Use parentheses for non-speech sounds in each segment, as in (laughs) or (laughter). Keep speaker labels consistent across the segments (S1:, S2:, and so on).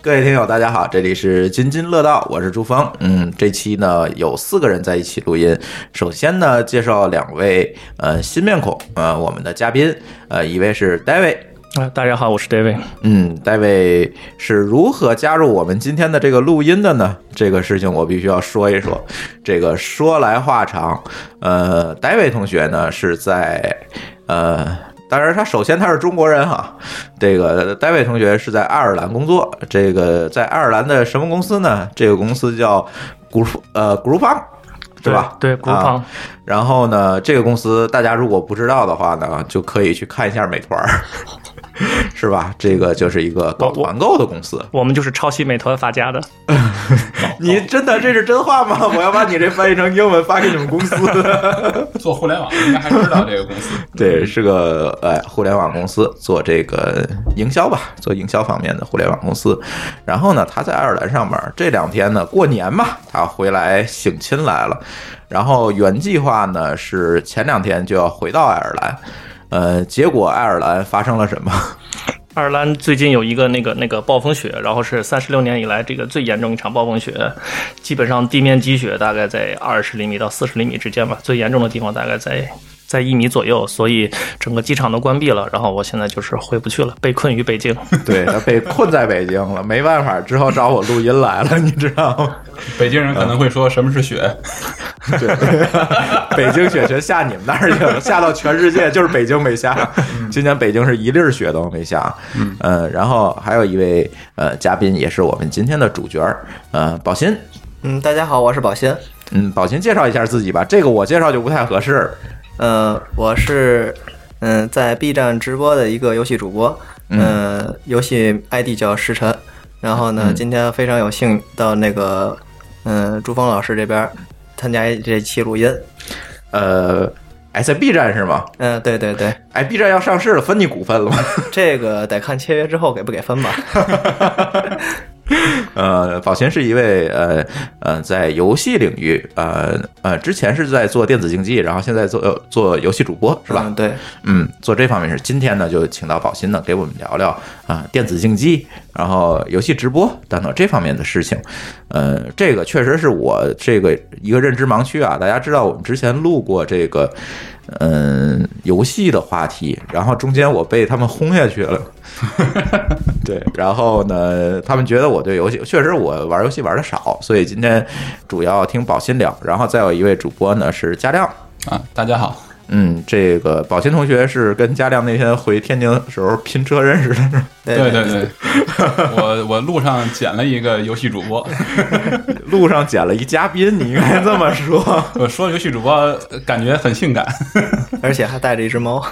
S1: 各位听友，大家好，这里是津津乐道，我是朱峰。嗯，这期呢有四个人在一起录音。首先呢，介绍两位呃新面孔，呃，我们的嘉宾，呃，一位是 David，
S2: 啊，大家好，我是 David。
S1: 嗯，David 是如何加入我们今天的这个录音的呢？这个事情我必须要说一说，这个说来话长。呃，David 同学呢是在呃。当然，他首先他是中国人哈。这个戴维同学是在爱尔兰工作，这个在爱尔兰的什么公司呢？这个公司叫 Group 呃 Groupon，是吧？
S2: 对，Groupon、
S1: 啊。然后呢，这个公司大家如果不知道的话呢，就可以去看一下美团， (laughs) 是吧？这个就是一个搞团购的公司。
S2: 我们就是抄袭美团发家的。
S3: 哦
S1: 你真的这是真话吗？ (laughs) 我要把你这翻译成英文发给你们公司。
S3: (laughs) 做互联网应该还知道这个公司。
S1: (laughs) 对，是个呃、哎、互联网公司，做这个营销吧，做营销方面的互联网公司。然后呢，他在爱尔兰上班，这两天呢过年嘛，他回来省亲来了。然后原计划呢是前两天就要回到爱尔兰，呃，结果爱尔兰发生了什么？ (laughs)
S2: 爱尔兰最近有一个那个那个暴风雪，然后是三十六年以来这个最严重一场暴风雪，基本上地面积雪大概在二十厘米到四十厘米之间吧，最严重的地方大概在在一米左右，所以整个机场都关闭了。然后我现在就是回不去了，被困于
S1: (laughs)
S2: 北京。啊
S1: 对他被困在北京了，没办法，只好找我录音来了，你知道吗？
S3: 北京人可能会说什么是雪？
S1: 对，北京雪全下你们那儿去了，下到全世界，就是北京没下。今年北京是一粒雪都没下。嗯、呃，然后还有一位呃嘉宾，也是我们今天的主角，呃，宝鑫。
S4: 嗯，大家好，我是宝鑫。
S1: 嗯，宝鑫介绍一下自己吧，这个我介绍就不太合适。
S4: 呃，我是嗯、呃、在 B 站直播的一个游戏主播，嗯、呃，游戏 ID 叫石晨。然后
S1: 嗯
S4: 呢，今天非常有幸到那个嗯朱峰老师这边。参加这期录音，
S1: 呃，哎，在 B 站是吗？
S4: 嗯、呃，对对对，
S1: (laughs) 哎，B 站要上市了，分你股份了吗？ (laughs)
S4: 这个得看签约之后给不给分吧。
S1: 呃，宝贤是一位呃呃，在游戏领域呃呃，之前是在做电子竞技，然后现在做、呃、做游戏主播是吧？
S4: 嗯，对，
S1: 嗯，做这方面是。今天呢，就请到宝鑫呢，给我们聊聊啊、呃、电子竞技，然后游戏直播等等这方面的事情。呃，这个确实是我这个一个认知盲区啊。大家知道我们之前录过这个嗯、呃、游戏的话题，然后中间我被他们轰下去了。对，然后呢，他们觉得我对游戏确实我玩游戏玩的少，所以今天主要听宝鑫聊。然后再有一位主播呢是嘉亮
S3: 啊，大家好，
S1: 嗯，这个宝鑫同学是跟嘉亮那天回天津的时候拼车认识的。
S3: 对对对，我我路上捡了一个游戏主播， (laughs)
S1: 路上捡了一嘉宾，你应该这么说。
S3: 我说游戏主播感觉很性感，
S4: 而且还带着一只猫。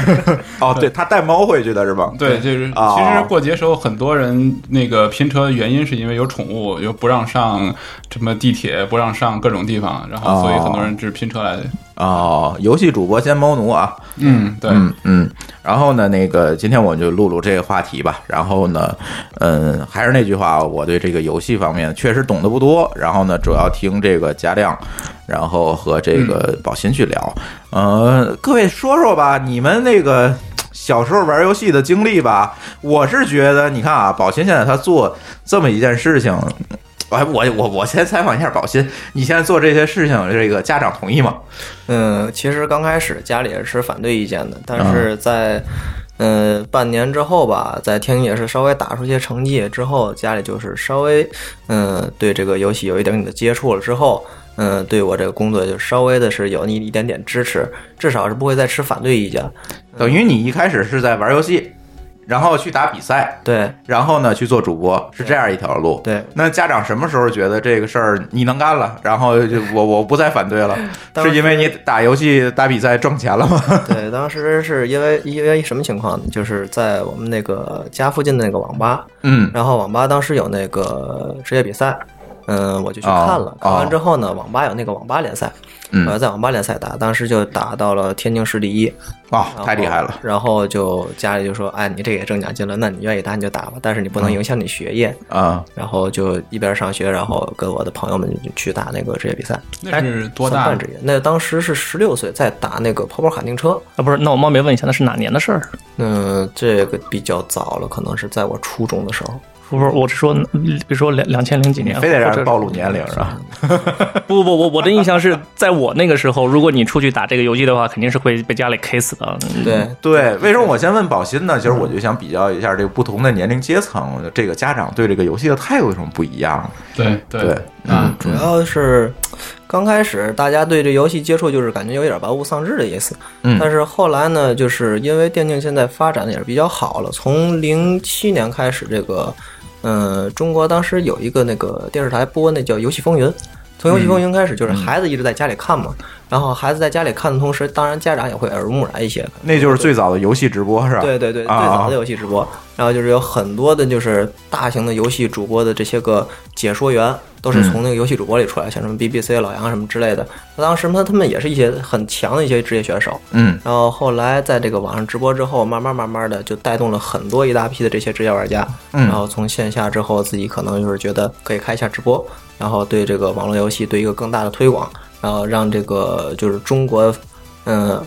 S1: (laughs) 哦，对他带猫回去的是吧？
S3: 对，哦就是其实过节时候很多人那个拼车原因是因为有宠物，又不让上什么地铁，不让上各种地方，然后所以很多人就是拼车来的。
S1: 哦，游戏主播兼猫奴啊。
S3: 嗯，对，
S1: 嗯嗯。然后呢，那个今天我们就录录这个话题。题吧，然后呢，嗯，还是那句话，我对这个游戏方面确实懂得不多。然后呢，主要听这个嘉亮，然后和这个宝鑫去聊。呃，各位说说吧，你们那个小时候玩游戏的经历吧。我是觉得，你看啊，宝鑫现在他做这么一件事情，哎，我我我先采访一下宝鑫，你现在做这些事情，这个家长同意吗？
S4: 嗯，其实刚开始家里是持反对意见的，但是在、嗯。呃，半年之后吧，在天津也是稍微打出一些成绩之后，家里就是稍微，嗯、对这个游戏有一点点的接触了之后，嗯、对我这个工作就稍微的是有一一点点支持，至少是不会再持反对意见。
S1: 等于你一开始是在玩游戏，然后去打比赛，
S4: 对，
S1: 然后呢去做主播，是这样一条路。
S4: 对
S1: 那家长什么时候觉得这个事儿你能干了，然后就我我不再反对了？
S4: 当时
S1: 是因为你打游戏打比赛挣钱了吗？ (laughs)
S4: 对，当时是因为因为什么情况呢？就是在我们那个家附近的那个网吧，
S1: 嗯，
S4: 然后网吧当时有那个职业比赛，嗯，我就去看了
S1: 哦。
S4: 看完之后呢，网吧有那个网吧联赛，
S1: 嗯
S4: 我要在网吧联赛打，当时就打到了天津市第一，
S1: 哦，
S4: 然后
S1: 太厉害了。
S4: 然后就家里就说：“哎，你这也挣奖金了，那你愿意打你就打吧，但是你
S1: 嗯
S4: 不能影响你学业。
S1: 啊、
S4: 然后就一边上学，然后跟我的朋友们去打那个职业比赛，
S3: 那是多
S4: 算
S3: 大
S4: 半？职业。那当时是十六岁，在打那个泡泡卡丁车。
S2: 啊，不是，那我冒昧问一下，那是哪年的事儿？
S4: 嗯，这个比较早了，可能是在我初中的时候。
S2: 不是，我是说，比如说两两千零几年，
S1: 非得让
S2: 或者
S1: 人暴露年龄是吧？
S2: 不不不，我我的印象是在我那个时候，如果你出去打这个游戏的话，肯定是会被家里 K 死的。
S1: 嗯
S4: 对，
S1: 对，为什么我先问宝鑫呢？其实我就想比较一下这个不同的年龄阶层，这个家长对这个游戏的态度有什么不一样？
S3: 对
S1: 对，嗯
S3: 啊，
S4: 主要是刚开始大家对这游戏接触就是感觉有点玩物丧志的意思，
S1: 嗯
S4: 但是后来呢，就是因为电竞现在发展的也是比较好了，从零七年开始，这个呃，中国当时有一个那个电视台播那叫《游戏风云》。从《游戏风云》开始，就是孩子一直在家里看嘛，然后孩子在家里看的同时，当然家长也会耳濡目染一些，
S1: 那就是最早的游戏直播是吧？
S4: 对对对，最
S1: 啊
S4: 早的游戏直播，然后就是有很多的，就是大型的游戏主播的这些个解说员，都是从那个游戏主播里出来，像什么 BBC、老杨什么之类的。那当时他他们也是一些很强的一些职业选手，
S1: 嗯，
S4: 然后后来在这个网上直播之后，慢慢慢慢的就带动了很多一大批的这些职业玩家，
S1: 嗯
S4: 然后从线下之后自己可能就是觉得可以开一下直播，然后对这个网络游戏对一个更大的推广，然后让这个就是中国，嗯。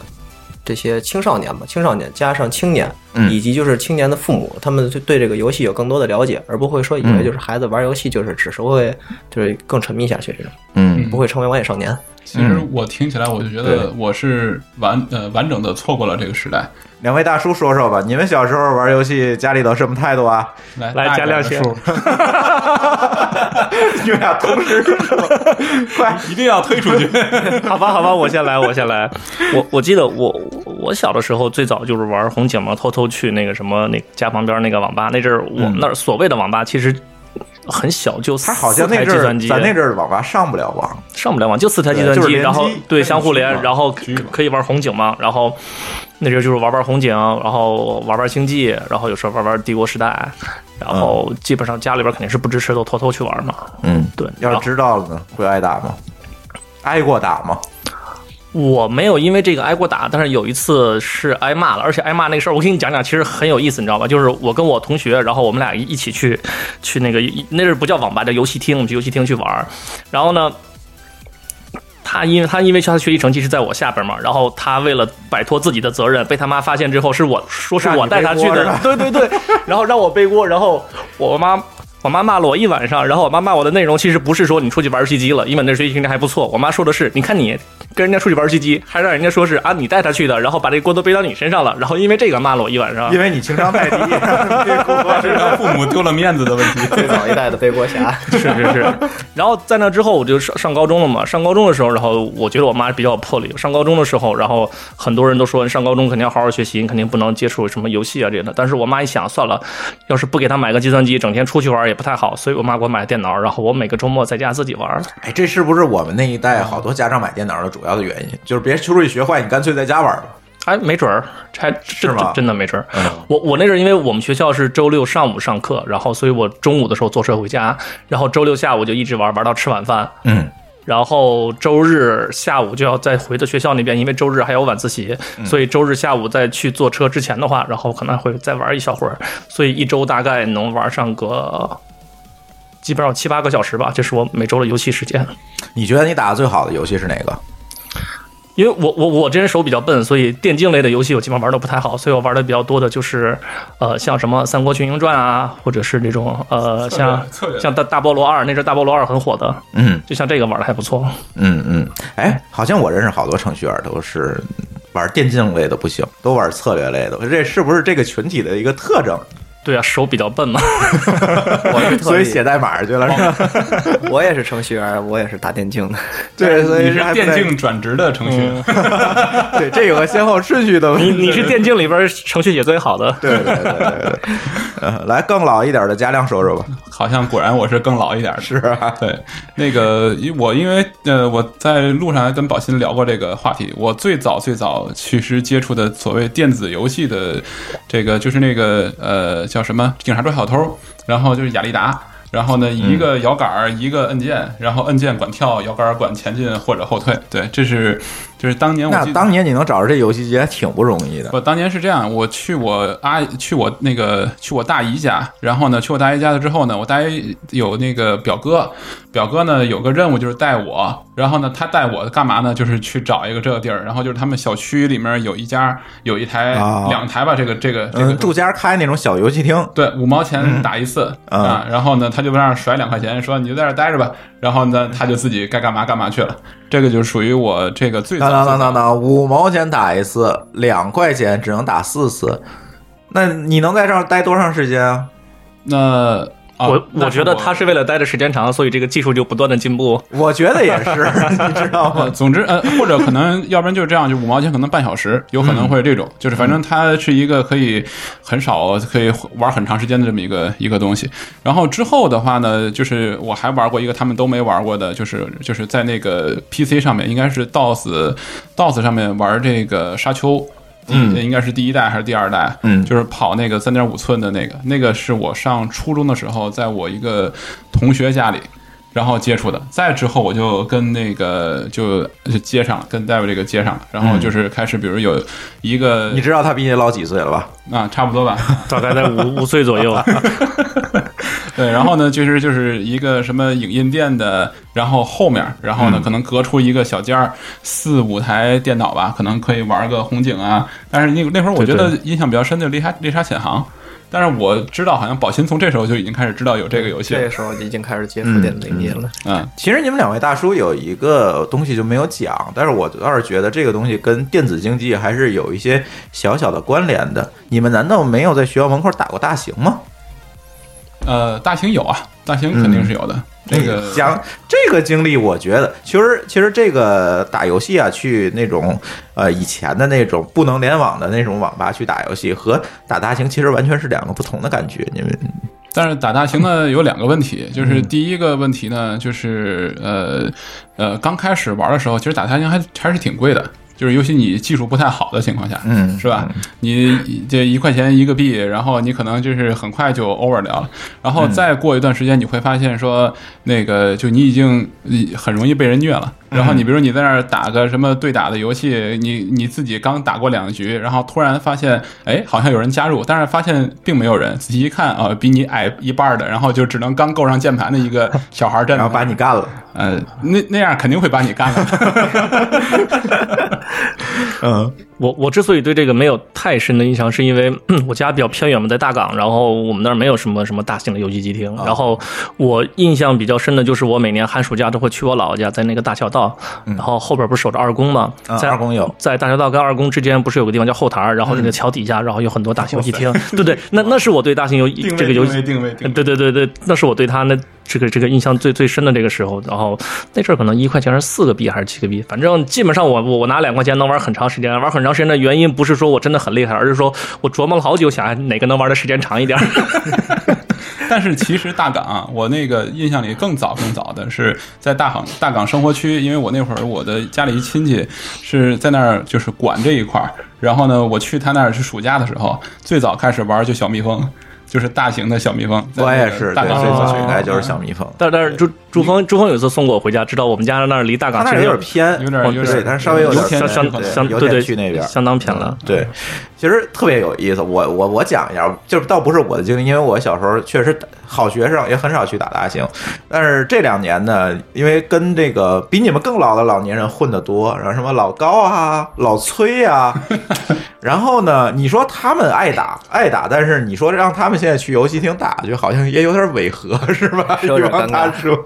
S4: 这些青少年吧，青少年加上青年，
S1: 嗯
S4: 以及就是青年的父母，他们就对这个游戏有更多的了解，而不会说以为就是孩子玩游戏就是只是会就是更沉迷下去这种，
S1: 嗯
S4: 不会成为网瘾少年。
S3: 其实我听起来，我就觉得我是完呃完整的错过了这个时代。
S1: 两位大叔说说吧，你们小时候玩游戏家里都什么态度 (laughs) 啊？
S3: 来
S2: 来
S3: 大一
S2: 加
S3: 点
S2: 亮
S3: 的
S2: 先
S3: 数， (laughs)
S1: 你们俩同时说，快！
S3: 一定要推出去。
S2: (laughs)
S3: (laughs)
S2: 好吧，好吧，我先来，我先来。我我记得我我小的时候最早就是玩红警嘛，偷偷去那个什么那家旁边那个网吧。那阵儿我们那儿所谓的网吧其实很小，就
S1: 他好
S2: 四
S1: 像那
S2: 台
S1: 阵
S2: 计
S1: 儿
S2: 算，机，
S1: 咱那阵儿网吧上不了网，
S2: 上不了网，就四台计
S1: 对
S2: 算
S1: 就是
S2: 机，
S1: 联
S2: 然后
S1: 机
S2: 对
S1: 它是
S2: 相互
S1: 局
S2: 连
S1: 嘛，
S2: 然后
S3: 局嘛
S2: 可以玩红警嘛，然后那时候就是玩玩红警，然后玩玩星际，然后有时候玩玩帝国时代，然后基本上家里边肯定是不支持，都偷偷去玩嘛。
S1: 嗯，
S2: 对，
S1: 要
S2: 然
S1: 是
S2: 后
S1: 知道了呢，会挨打吗？挨过打吗？
S2: 我没有因为这个挨过打，但是有一次是挨骂了，而且挨骂那个事儿，我给你讲讲，其实很有意思，你知道吧？就是我跟我同学，然后我们俩一起去去那个那是不叫网吧，叫游戏厅，我们去游戏厅去玩儿。然后呢，他因为他因为他学习成绩是在我下边嘛，然后他为了摆脱自己的责任，被他妈发现之后，是我说是我带他去的
S1: 让你背锅是吧，
S2: 对对对，然后让我背锅，然后我妈。我妈骂了我一晚上，然后我妈骂我的内容其实不是说你出去玩游戏机了，因为那学习成绩还不错。我妈说的是，你看你跟人家出去玩游戏机，还让人家说是啊你带他去的，然后把这锅都背到你身上了，然后因为这个骂了我一晚上
S1: (laughs) 因。为你情商太低，
S3: 这是父母丢了面子的问题。
S4: (laughs) 最早一代的背锅侠，
S2: 是是是。然后在那之后，我就上上高中了嘛。上高中的时候，然后我觉得我妈比较有魄力。上高中的时候，然后很多人都说你上高中肯定要好好学习，你肯定不能接触什么游戏啊这类的。但是我妈一想，算了，要是不给她买个计算机，整天出去玩也不太好，所以我妈给我买了电脑，然后我每个周末在家自己玩。
S1: (laughs) 哎，这是不是我们那一代好多家长买电脑的主要的原因？就是别出去学坏，你干脆在家玩吧。
S2: 哎，没准儿，还是
S1: 吗
S2: 真的没准儿。
S1: 嗯
S2: 我我那阵儿因为我们学校是周六上午上课，然后所以我中午的时候坐车回家，然后周六下午就一直玩玩到吃晚饭，
S1: 嗯，
S2: 然后周日下午就要再回到学校那边，因为周日还有晚自习，
S1: 嗯
S2: 所以周日下午再去坐车之前的话，然后可能会再玩一小会儿，所以一周大概能玩上个。基本上有七八个小时吧，这是我每周的游戏时间。
S1: 你觉得你打的最好的游戏是哪个？
S2: 因为我我我这人手比较笨，所以电竞类的游戏我基本上玩的不太好，所以我玩的比较多的就是，呃，像什么《三国群英传》啊，或者是那种呃，
S3: 策略
S2: 像
S3: 策略
S2: 像大大菠萝二，那阵儿大菠萝二很火的，
S1: 嗯
S2: 就像这个玩的还不错。
S1: 嗯嗯，哎，好像我认识好多程序员都是玩电竞类的不行，都玩策略类的。这是不是这个群体的一个特征？
S2: 对啊，手比较笨嘛。
S4: 我是特
S1: 所以
S4: 例，
S1: 写代码去了是
S3: 哦
S1: 吧？
S4: (laughs) 我也是程序员，我也是打电竞的。
S1: 对，所以
S3: 你
S1: 是
S3: 是
S1: 还不
S3: 电
S1: 在嗯
S3: 竞转职的程序员，
S1: 对，这有个先后顺序的问题。
S2: 你你是电竞里边程序写最好的，
S1: 对对对对对，呃，来更老一点的加亮说说吧。
S3: (laughs) 好像果然我是更老一点儿的。
S1: 是啊，
S3: 对，那个因我因为呃我在路上还跟宝鑫聊过这个话题。我最早最早其实接触的所谓电子游戏的这个就是那个呃叫什么《警察抓小偷》，然后就是雅利达。然后呢，一个摇杆儿，一个按键，然后按键管跳，摇杆儿管前进或者后退。对，这是就是当年我
S1: 那
S3: 记得
S1: 当年你能找着这游戏机还挺不容易的。
S3: 我当年是这样，我去我阿姨去我那个去我大姨家，然后呢去我大姨家了之后呢，我大姨有那个表哥，表哥呢有个任务就是带我，然后呢他带我干嘛呢？就是去找一个这个地儿，然后就是他们小区里面有一家有一台、
S1: 啊
S3: 两台吧，这个这个这个
S1: 嗯，住家开那种小游戏厅，
S3: 对，五毛钱打一次、
S1: 嗯
S3: 啊，然后呢，他就在那儿甩两块钱，说你就在这儿待着吧，然后呢，他就自己该干嘛干嘛去了。这个就属于我这个最早
S1: 当当
S3: 最
S1: 当
S3: 早
S1: 当当，五毛钱打一次，两块钱只能打四次。那你能在这儿待多长时间啊？
S3: 那啊
S2: 我
S3: 那
S2: 我觉得
S3: 我
S2: 他是为了待的时间长，所以这个技术就不断的进步。
S1: 我觉得也
S3: (laughs)
S1: 是，你知道
S3: 呃，
S1: 吗？
S3: (laughs) 总之，呃，或者可能，要不然就是这样，就五毛钱可能半小时，有可能会这种，就是反正它是一个可以很少可以玩很长时间的这么一个一个东西。然后之后的话呢，就是我还玩过一个他们都没玩过的，就是就是在那个 PC 上面，应该是 DOS DOS 上面玩这个沙丘。嗯，应该是第一代还是第二代？
S1: 嗯
S3: 就是跑那个三点五寸的那个，那个是我上初中的时候，在我一个同学家里，然后接触的。再之后，我就跟那个就就接上了，跟戴维这个接上了。然后就是开始，比如有一个、
S1: 你知道他比你老几岁了吧？
S3: 啊，差不多吧，
S2: 大概在五五岁左
S3: (laughs)
S2: 右，
S3: 对。然后呢，就是就是一个什么影印店的，然后后面，然后呢，可能隔出一个小间儿，四五台电脑吧，可能可以玩个红警啊。但是那那会儿我觉得印象比较深的《猎杀猎杀潜航》。但是我知道，好像宝鑫从这时候就已经开始知道有这个游戏
S4: 这
S3: 了
S4: 个。时候已经开始接触电子竞技了。
S3: 嗯，
S1: 其实你们两位大叔有一个东西就没有讲，但是我倒是觉得这个东西跟电子竞技还是有一些小小的关联的。你们难道没有在学校门口打过大型吗？
S3: 呃，大型有啊，大型肯定是有的。这个
S1: 讲这个经历，我觉得其实其实这个打游戏啊，去那种呃以前的那种不能联网的那种网吧去打游戏，和打大型其实完全是两个不同的感觉。你们
S3: 但是打大型呢有两个问题，
S1: 嗯
S3: 就是第一个问题呢，就是呃呃，刚开始玩的时候，其实打大型还还是挺贵的，就是尤其你技术不太好的情况下，
S1: 嗯
S3: 是吧？你这一块钱一个币，然后你可能就是很快就 over 掉了，然
S1: 嗯
S3: 后再过一段时间，你会发现说那个就你已经你很容易被人虐了。
S1: 嗯
S3: 然后你比如你在那儿打个什么对打的游戏，你你自己刚打过两局，然后突然发现，哎，好像有人加入，但是发现并没有人，仔细一看啊、比你矮一半儿的，然后就只能刚够上键盘的一个小孩儿站
S1: 然
S3: 着，
S1: 后把你干了，
S3: 呃，那那样肯定会把你干了。
S1: 嗯
S2: 我我之所以对这个没有太深的印象，是因为嗯我家比较偏远嘛，在大港，然后我们那儿没有什么什么大型的游戏机厅。
S1: 啊
S2: 然后我印象比较深的就是我每年寒暑假都会去我姥姥家，在那个大桥道，然后后边不是守着二宫嘛，
S1: 嗯啊
S2: 在
S1: 二宫有嗯
S2: 在大桥道跟二宫之间不是有个地方叫后台儿，然后那个桥底下，然后有很多大型游戏厅。 (laughs) 对对，那那是我对大型游戏
S3: 定位
S2: 这个游
S3: 定
S2: 戏
S3: 位定位定位
S2: 对对对对，那是我对他那这个这个印象最最深的这个时候。然后那阵儿可能一块钱是四个币还是七个币，反正基本上我我我拿两块钱能玩很长时间。玩很长时间的原因不是说我真的很厉害，而是说我琢磨了好久，想哎哪个能玩的时间长一点儿。 (laughs)
S3: (laughs) 但是其实大港啊，我那个印象里更早更早的是在大港大港生活区，因为我那会儿我的家里一亲戚是在那儿就是管这一块儿，然后呢，我去他那儿是暑假的时候，最早开始玩就小蜜蜂，就是大型的小蜜蜂。在那
S1: 我
S3: 个
S1: 也是，
S3: 大
S1: 对，
S3: 港
S1: 最
S3: 生活
S1: 早
S3: 区
S1: 应该就是小蜜蜂，
S2: 但但是朱朱峰朱峰有一次送过我回家，知道我们家那儿离大
S1: 他
S2: 港
S1: 那
S2: 其
S1: 儿
S2: 啊实
S1: 有点偏，
S3: 有点有点
S1: 哦对，他稍微有点
S3: 有点
S2: 相
S1: 偏
S2: 相相
S1: 对有
S2: 对
S1: 点
S2: 对
S1: 去那边。
S2: 相当偏了。
S1: 嗯对，其实特别有意思。我我我讲一下，就是倒不是我的经历，因为我小时候确实打好学生，也很少去打大型。但是这两年呢，因为跟这个比你们更老的老年人混得多，然后什么老高啊、老崔
S4: (laughs)
S1: 啊，然后呢，你说他们爱打爱打，但是你说让他们现在去游戏厅打，就好像也有点违和，是吧？
S4: 是有点
S1: 一帮
S4: 尴尬
S1: 大叔。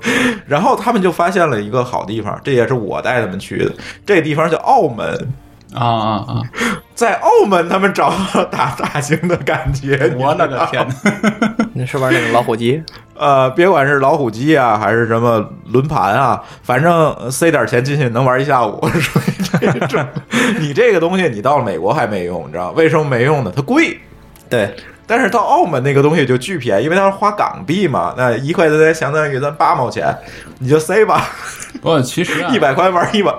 S1: 然后他们就发现了一个好地方，这也是我带他们去的。这地方叫澳门。
S3: 啊啊啊！
S1: 在澳门他们找到打大型的感觉，
S3: (laughs) 我
S1: 你
S3: 勒
S1: 知
S3: 个
S1: 道
S3: 天
S1: 吗！
S3: 哪！
S4: 那是玩那个老虎机，
S1: 呃，别管是老虎机啊，还是什么轮盘啊，反正呃塞点钱进去能玩一下午。 (laughs) 属于这 (laughs) 种，你这个东西你到美国还没用，你知道为什么没用呢？它贵。
S4: 对，
S1: 但是到澳门那个东西就巨便宜，因为它是花港币嘛，那一块钱相当于咱八毛钱，你就塞吧，
S3: 不过其实啊，
S1: 一百块玩一晚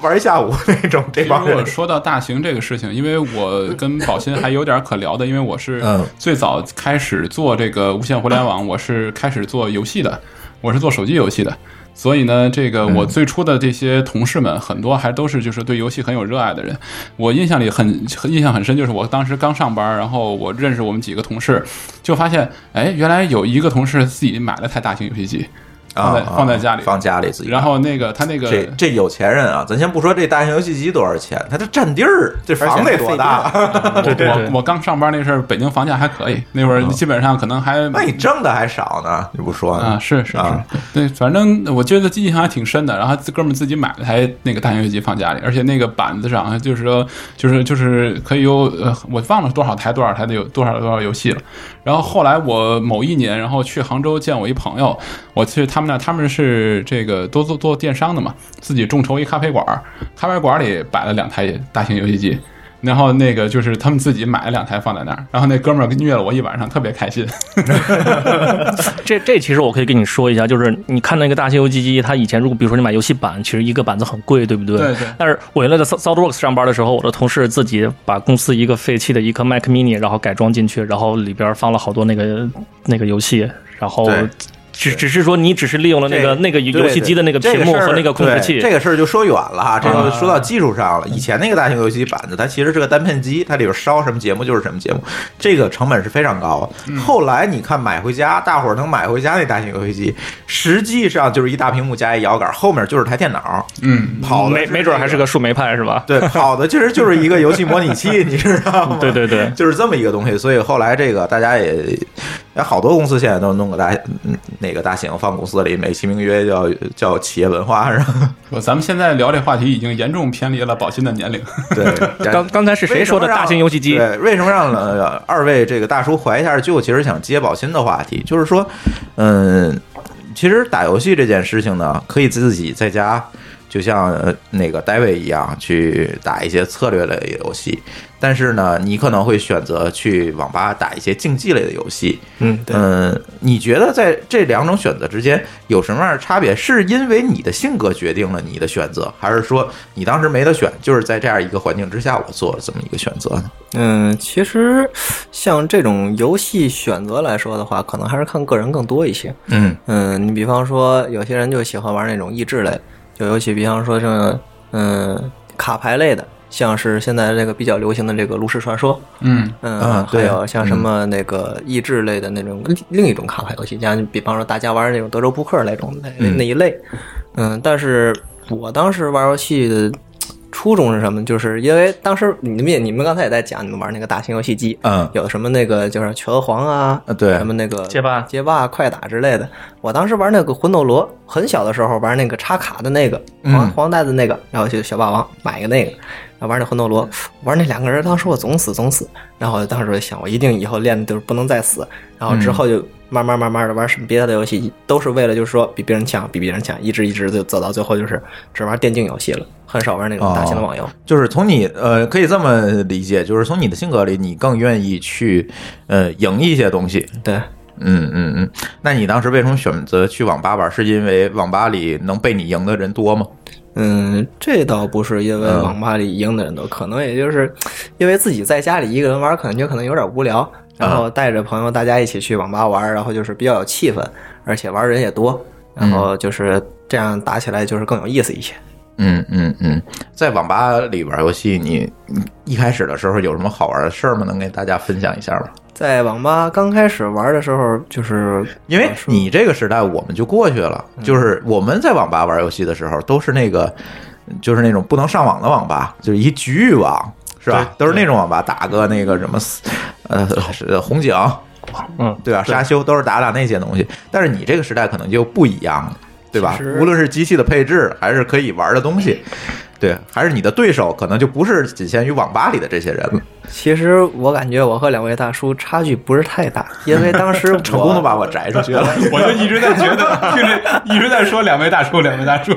S1: 玩一下午那种。这
S3: 其实
S1: 帮
S3: 我
S1: 人
S3: 说到大型这个事情，因为我跟宝鑫还有点可聊的，因为我是
S1: 嗯
S3: 最早开始做这个无线互联网，我是开始做游戏的，我是做手机游戏的。所以呢，这个
S1: 嗯
S3: 我最初的这些同事们，很多还都是就是对游戏很有热爱的人。我印象里很很印象很深，就是我当时刚上班，然后我认识我们几个同事，就发现，哎，原来有一个同事自己买了台大型游戏机，
S1: 啊
S3: 放在
S1: 啊
S3: 放在家里
S1: 放家里自己玩。
S3: 然后那个他那个
S1: 这这有钱人啊，咱先不说这大型游戏机多少钱，它这占地儿，这
S4: 而且
S1: 房
S4: 还
S1: 得多
S4: 费
S1: 大？
S2: (laughs)
S3: 我
S2: 对哦对
S3: 我我刚上班那阵儿，北京房价还可以，那会儿基本上可能还
S1: 那你挣的还少呢，你不说呢
S3: 啊，是是是
S1: 啊，
S3: 对，反正我觉得印象还挺深的。然后哥们儿自己买了台那个大型游戏机放家里，而且那个板子上就是说，就是就是可以有呃，我忘了多少台多少台的有多少多少游戏了。然后后来我某一年，然后去杭州见我一朋友，我去他们那，他们是这个都做做电商的嘛，自己众筹一咖啡馆儿，咖啡馆儿里摆了两台大型游戏机。然后那个就是他们自己买了两台放在那儿，然后那哥们儿虐了我一晚上，特别开心。 (laughs)
S2: 这这其实我可以跟你说一下，就是你看那个大型游戏机，它以前如果比如说你买游戏版，其实一个板子很贵，对不对？
S3: 对对
S2: 但是我原来在 SoftWorks 上班的时候，我的同事自己把公司一个废弃的一颗 Mac Mini，然后改装进去，然后里边放了好多那个那个游戏，然后
S1: 对
S2: 只只是说你只是利用了那个
S1: 这
S2: 那个
S1: 对
S2: 游戏机的那个
S1: 这
S2: 屏幕
S1: 事儿
S2: 和那个控制器
S1: 对。这个事儿就说远了哈，这
S3: 啊
S1: 个说到技术上了。以前那个大型游戏板子，它其实是个单片机，它里边烧什么节目就是什么节目，这个成本是非常高
S2: 嗯
S1: 的。后来你看买回家，大伙儿能买回家那大型游戏机，实际上就是一大屏幕加一摇杆，后面就是台电脑，
S3: 嗯，
S1: 跑的
S2: 没没准还是个树莓派是 (laughs) 吧？
S1: 对，跑的其实就是一个游戏模拟
S2: (laughs)
S1: 器，你知道吗？
S2: 对对对
S1: 就是这么一个东西。所以后来这个大家也，哎好多公司现在都弄个大嗯那个大型放公司里，美其名曰叫叫企业文化，是吧？
S3: 不，咱们现在聊这话题已经严重偏离了宝鑫的年龄。
S1: (laughs) 对，
S2: 刚刚才是谁说的大型游戏机？
S1: 对，为什么让呃 (laughs) 二位这个大叔怀一下旧？其实想接宝鑫的话题，就是说，嗯，其实打游戏这件事情呢，可以自己在家，就像呃那个戴维一样去打一些策略类的游戏，但是呢，你可能会选择去网吧打一些竞技类的游戏。
S2: 嗯
S4: 对
S1: 嗯，你觉得在这两种选择之间有什么样的差别？是因为你的性格决定了你的选择，还是说你当时没得选，就是在这样一个环境之下我做了这么一个选择呢？
S4: 嗯，其实像这种游戏选择来说的话，可能还是看个人更多一些。
S1: 嗯
S4: 嗯，你比方说，有些人就喜欢玩那种益智类，就尤其比方说像嗯卡牌类的，像是现在这个比较流行的这个炉石传说，
S3: 嗯，
S4: 嗯，
S1: 啊
S4: 还
S1: 对
S4: 有像什么那个益智类的那种、另一种卡牌游戏，像比方说大家玩那种德州扑克那种那、
S1: 嗯
S4: 那一类，嗯，但是我当时玩游戏的初衷是什么？就是因为当时你们也你们刚才也在讲你们玩那个大型游戏机，
S1: 嗯
S4: 有什么那个就是拳皇啊，
S1: 啊对
S4: 什么那个
S2: 街霸
S4: 街霸、快打之类的。我当时玩那个魂斗罗，很小的时候玩那个插卡的那个黄
S1: 嗯
S4: 黄带的那个，然后就小霸王买一个那个，然后玩那魂斗罗，玩那两个人，当时我总死总死，然后我当时我就想，我一定以后练的就是不能再死，然后之后就慢慢慢慢的玩什么别的游戏，都是为了就是说比别人强，比别人强，一直一直就走到最后就是只玩电竞游戏了，很少玩那种大型的网游。
S1: 就是从你呃，可以这么理解，就是从你的性格里，你更愿意去呃赢一些东西。
S4: 对，
S1: 嗯嗯嗯。那你当时为什么选择去网吧玩？是因为网吧里能被你赢的人多吗？
S4: 嗯，这倒不是因为
S1: 嗯
S4: 网吧里赢的人多，可能也就是因为自己在家里一个人玩，感觉可能有点无
S1: 啊
S4: 聊，然后带着朋友大家一起去网吧玩，然后就是比较有气氛，而且玩人也多，然后就是这样打起来就是更有意思一些。
S1: 嗯嗯嗯。在网吧里玩游戏，你你一开始的时候有什么好玩的事儿吗？能给大家分享一下吗？
S4: 在网吧刚开始玩的时候，就是
S1: 因为
S4: 啊是
S1: 你这个时代我们就过去了，就是我们在网吧玩游戏的时候都是那个，就是那种不能上网的网吧，就是一局域网，是吧？都是那种网吧，打个那个什么，呃，是红警，
S2: 嗯，
S1: 对吧？沙丘都是打打那些东西。但是你这个时代可能就不一样了，对吧
S4: 其实？
S1: 无论是机器的配置，还是可以玩的东西，对，还是你的对手可能就不是仅限于网吧里的这些人了。
S4: 其实我感觉我和两位大叔差距不是太大，因为当时
S1: (laughs) 成功的把我摘出去了。
S3: (laughs) 我就一直在觉得， (laughs) 听着一直在说两位大叔，两位大叔，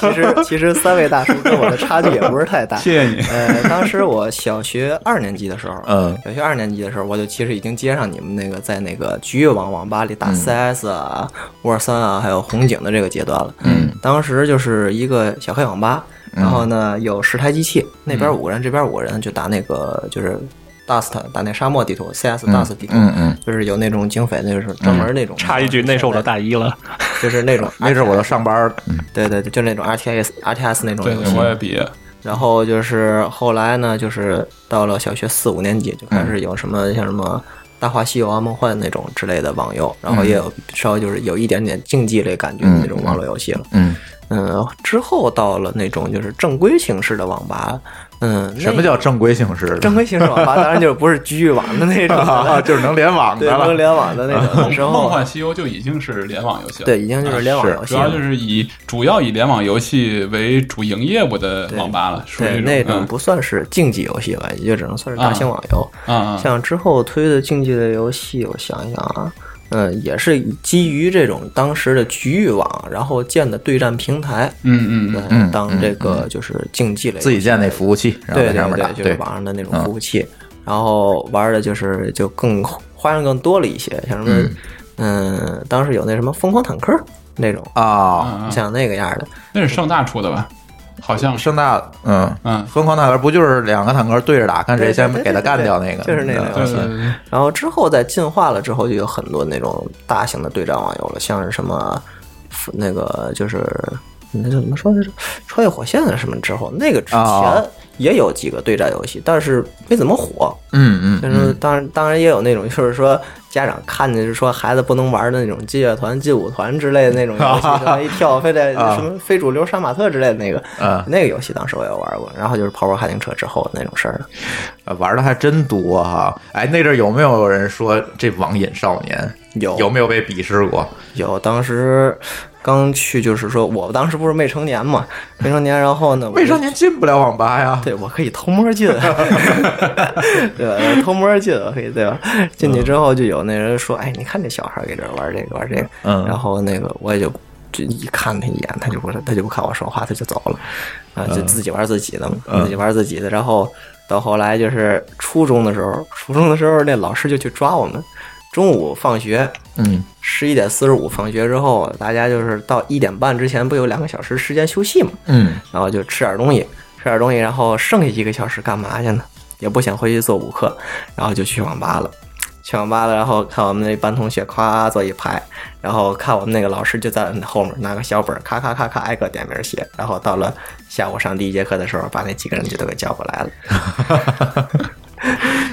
S4: 其实其实三位大叔跟我的差距也不是
S1: (laughs)
S4: 太大。
S3: 谢谢你。
S4: 呃，当时我小学二年级的时候，
S1: 嗯
S4: 小学二年级的时候，我就其实已经接上你们那个在那个局域网网吧里
S1: 嗯
S4: 打 CS 啊、沃尔三啊，还有红警的这个阶段了。
S1: 嗯，
S4: 当时就是一个小黑网吧，然后呢有十台机器，那
S1: 嗯
S4: 边五个人，这边五个人就打那个就是 Dust 打那沙漠地图，CS Dust 地图，
S1: 嗯嗯
S4: 就是有那种警匪，那就是专门那种。
S2: 插一句，那是我的，大一了，
S4: 就是那种，
S1: (laughs) 那阵我都上班儿，
S4: 对对对，就那种 R T S R T S 那种
S3: (laughs) 对
S4: 游
S3: 对，
S4: 戏。
S3: 我也毕业了。
S4: 然后就是后来呢，就是到了小学四五年级就开始有什
S3: 嗯
S4: 么像什么《大话西游》啊、《梦幻》那种之类的网游，然后也有稍微就是有一点点竞技类感觉的那种网络游戏了。
S1: 嗯，
S4: 嗯，之后到了那种就是正规形式的网吧，嗯，
S1: 什么
S4: 那
S1: 叫正规形式的？
S4: (laughs) 正规形式网吧？当然就是不是局域网的那种
S1: (laughs) 啊，
S3: (laughs)
S4: 了，
S1: 就是能联网
S4: 对，
S1: 的
S4: 能
S1: 了。
S4: 联网的那种。之
S3: 《梦
S4: 后
S3: (laughs) 幻西游》就已经是联网游戏了，
S4: 对，已经就是联网
S1: 是
S4: 游戏
S3: 主
S4: 了
S3: 要。啊就是以主要以联网游戏为主营业务的网吧了，属
S4: 对，
S3: 于
S4: 那
S3: 种
S4: 种不算是竞技游戏吧，也就只能算是大型网游。
S3: 嗯啊啊
S4: 像之后推的竞技类游戏，我想一想啊，嗯，也是基于这种当时的局域网，然后建的对战平台，
S3: 嗯嗯嗯
S4: 嗯，当这个就是竞技类游戏
S1: 自己建那服务器，然后
S4: 对
S1: 在上
S4: 对
S1: 面打，
S4: 对，就
S1: 对，
S4: 是
S1: 嗯
S4: 网上的那种服务器，然后玩的就是就更花样更多了一些，像什么嗯，当时有那什么疯狂坦克那种，
S1: 啊，
S3: 啊，
S4: 像那个样的，
S3: 那是盛大出的吧？好像是，
S1: 盛大，嗯
S3: 嗯
S1: 疯狂坦克不就是两个坦克对着打，看谁
S4: 对
S1: 先
S4: 对对
S1: 给他
S4: 对
S1: 干
S4: 对
S1: 掉那个？嗯
S4: 就是那个
S3: 对
S4: 游
S3: 对
S4: 戏。
S3: 对对，
S4: 然后之后在进化了之后，就有很多那种大型的对战网游了，像是什么那个就是那叫怎么说来着，《穿越火线》什么之后，那个之前
S1: 哦
S4: 也有几个对战游戏，但是没怎么火。
S1: 嗯
S4: 但
S1: 嗯
S4: 是当然，当然也有那种就是说家长看见就说孩子不能玩的那种劲乐团、劲舞团之类的那种游戏，什么一跳非得
S1: 啊
S4: 什么非主流杀马特之类的那个
S1: 啊
S4: 那个游戏，当时我也玩过。然后就是跑跑卡丁车之后的那种事儿了。
S1: 啊，玩的还真多哈。哎，那阵儿有没有人说这网瘾少年？
S4: 有
S1: 有没有被鄙视过？
S4: 有，当时刚去，就是说我当时不是未成
S1: (laughs)
S4: 年嘛，未成年，然后呢，我
S1: 未
S4: 就
S1: 成年进不了网吧呀。
S4: 对我可以偷
S1: (laughs)
S4: 摸进，对吧？偷摸进，我可以对吧？进去之后就有那人说：“哎，你看这小孩儿给这儿玩这个玩这个。”
S1: 嗯
S4: 然后那个我也就就一看他一眼，他就不他就不看我说话，他就走了，啊，
S1: 嗯
S4: 就自己玩自己的嘛，自己玩自己的。然后到后来就是初中的时候，初中的时候那老师就去抓我们，中午放学，
S1: 嗯，
S4: 十一点四十五放学之后，大家就是到一点半之前不有两个小时时间休息嘛，
S1: 嗯，
S4: 然后就吃点东西，吃点东西，然后剩下一个小时干嘛去呢？也不想回去做补课，然后就去网吧了。去网吧了，然后看我们那班同学夸坐一排，然后看我们那个老师就在后面拿个小本儿，咔咔咔咔挨个点名写，然后到了下午上第一节课的时候，把那几个人就都给叫过来了。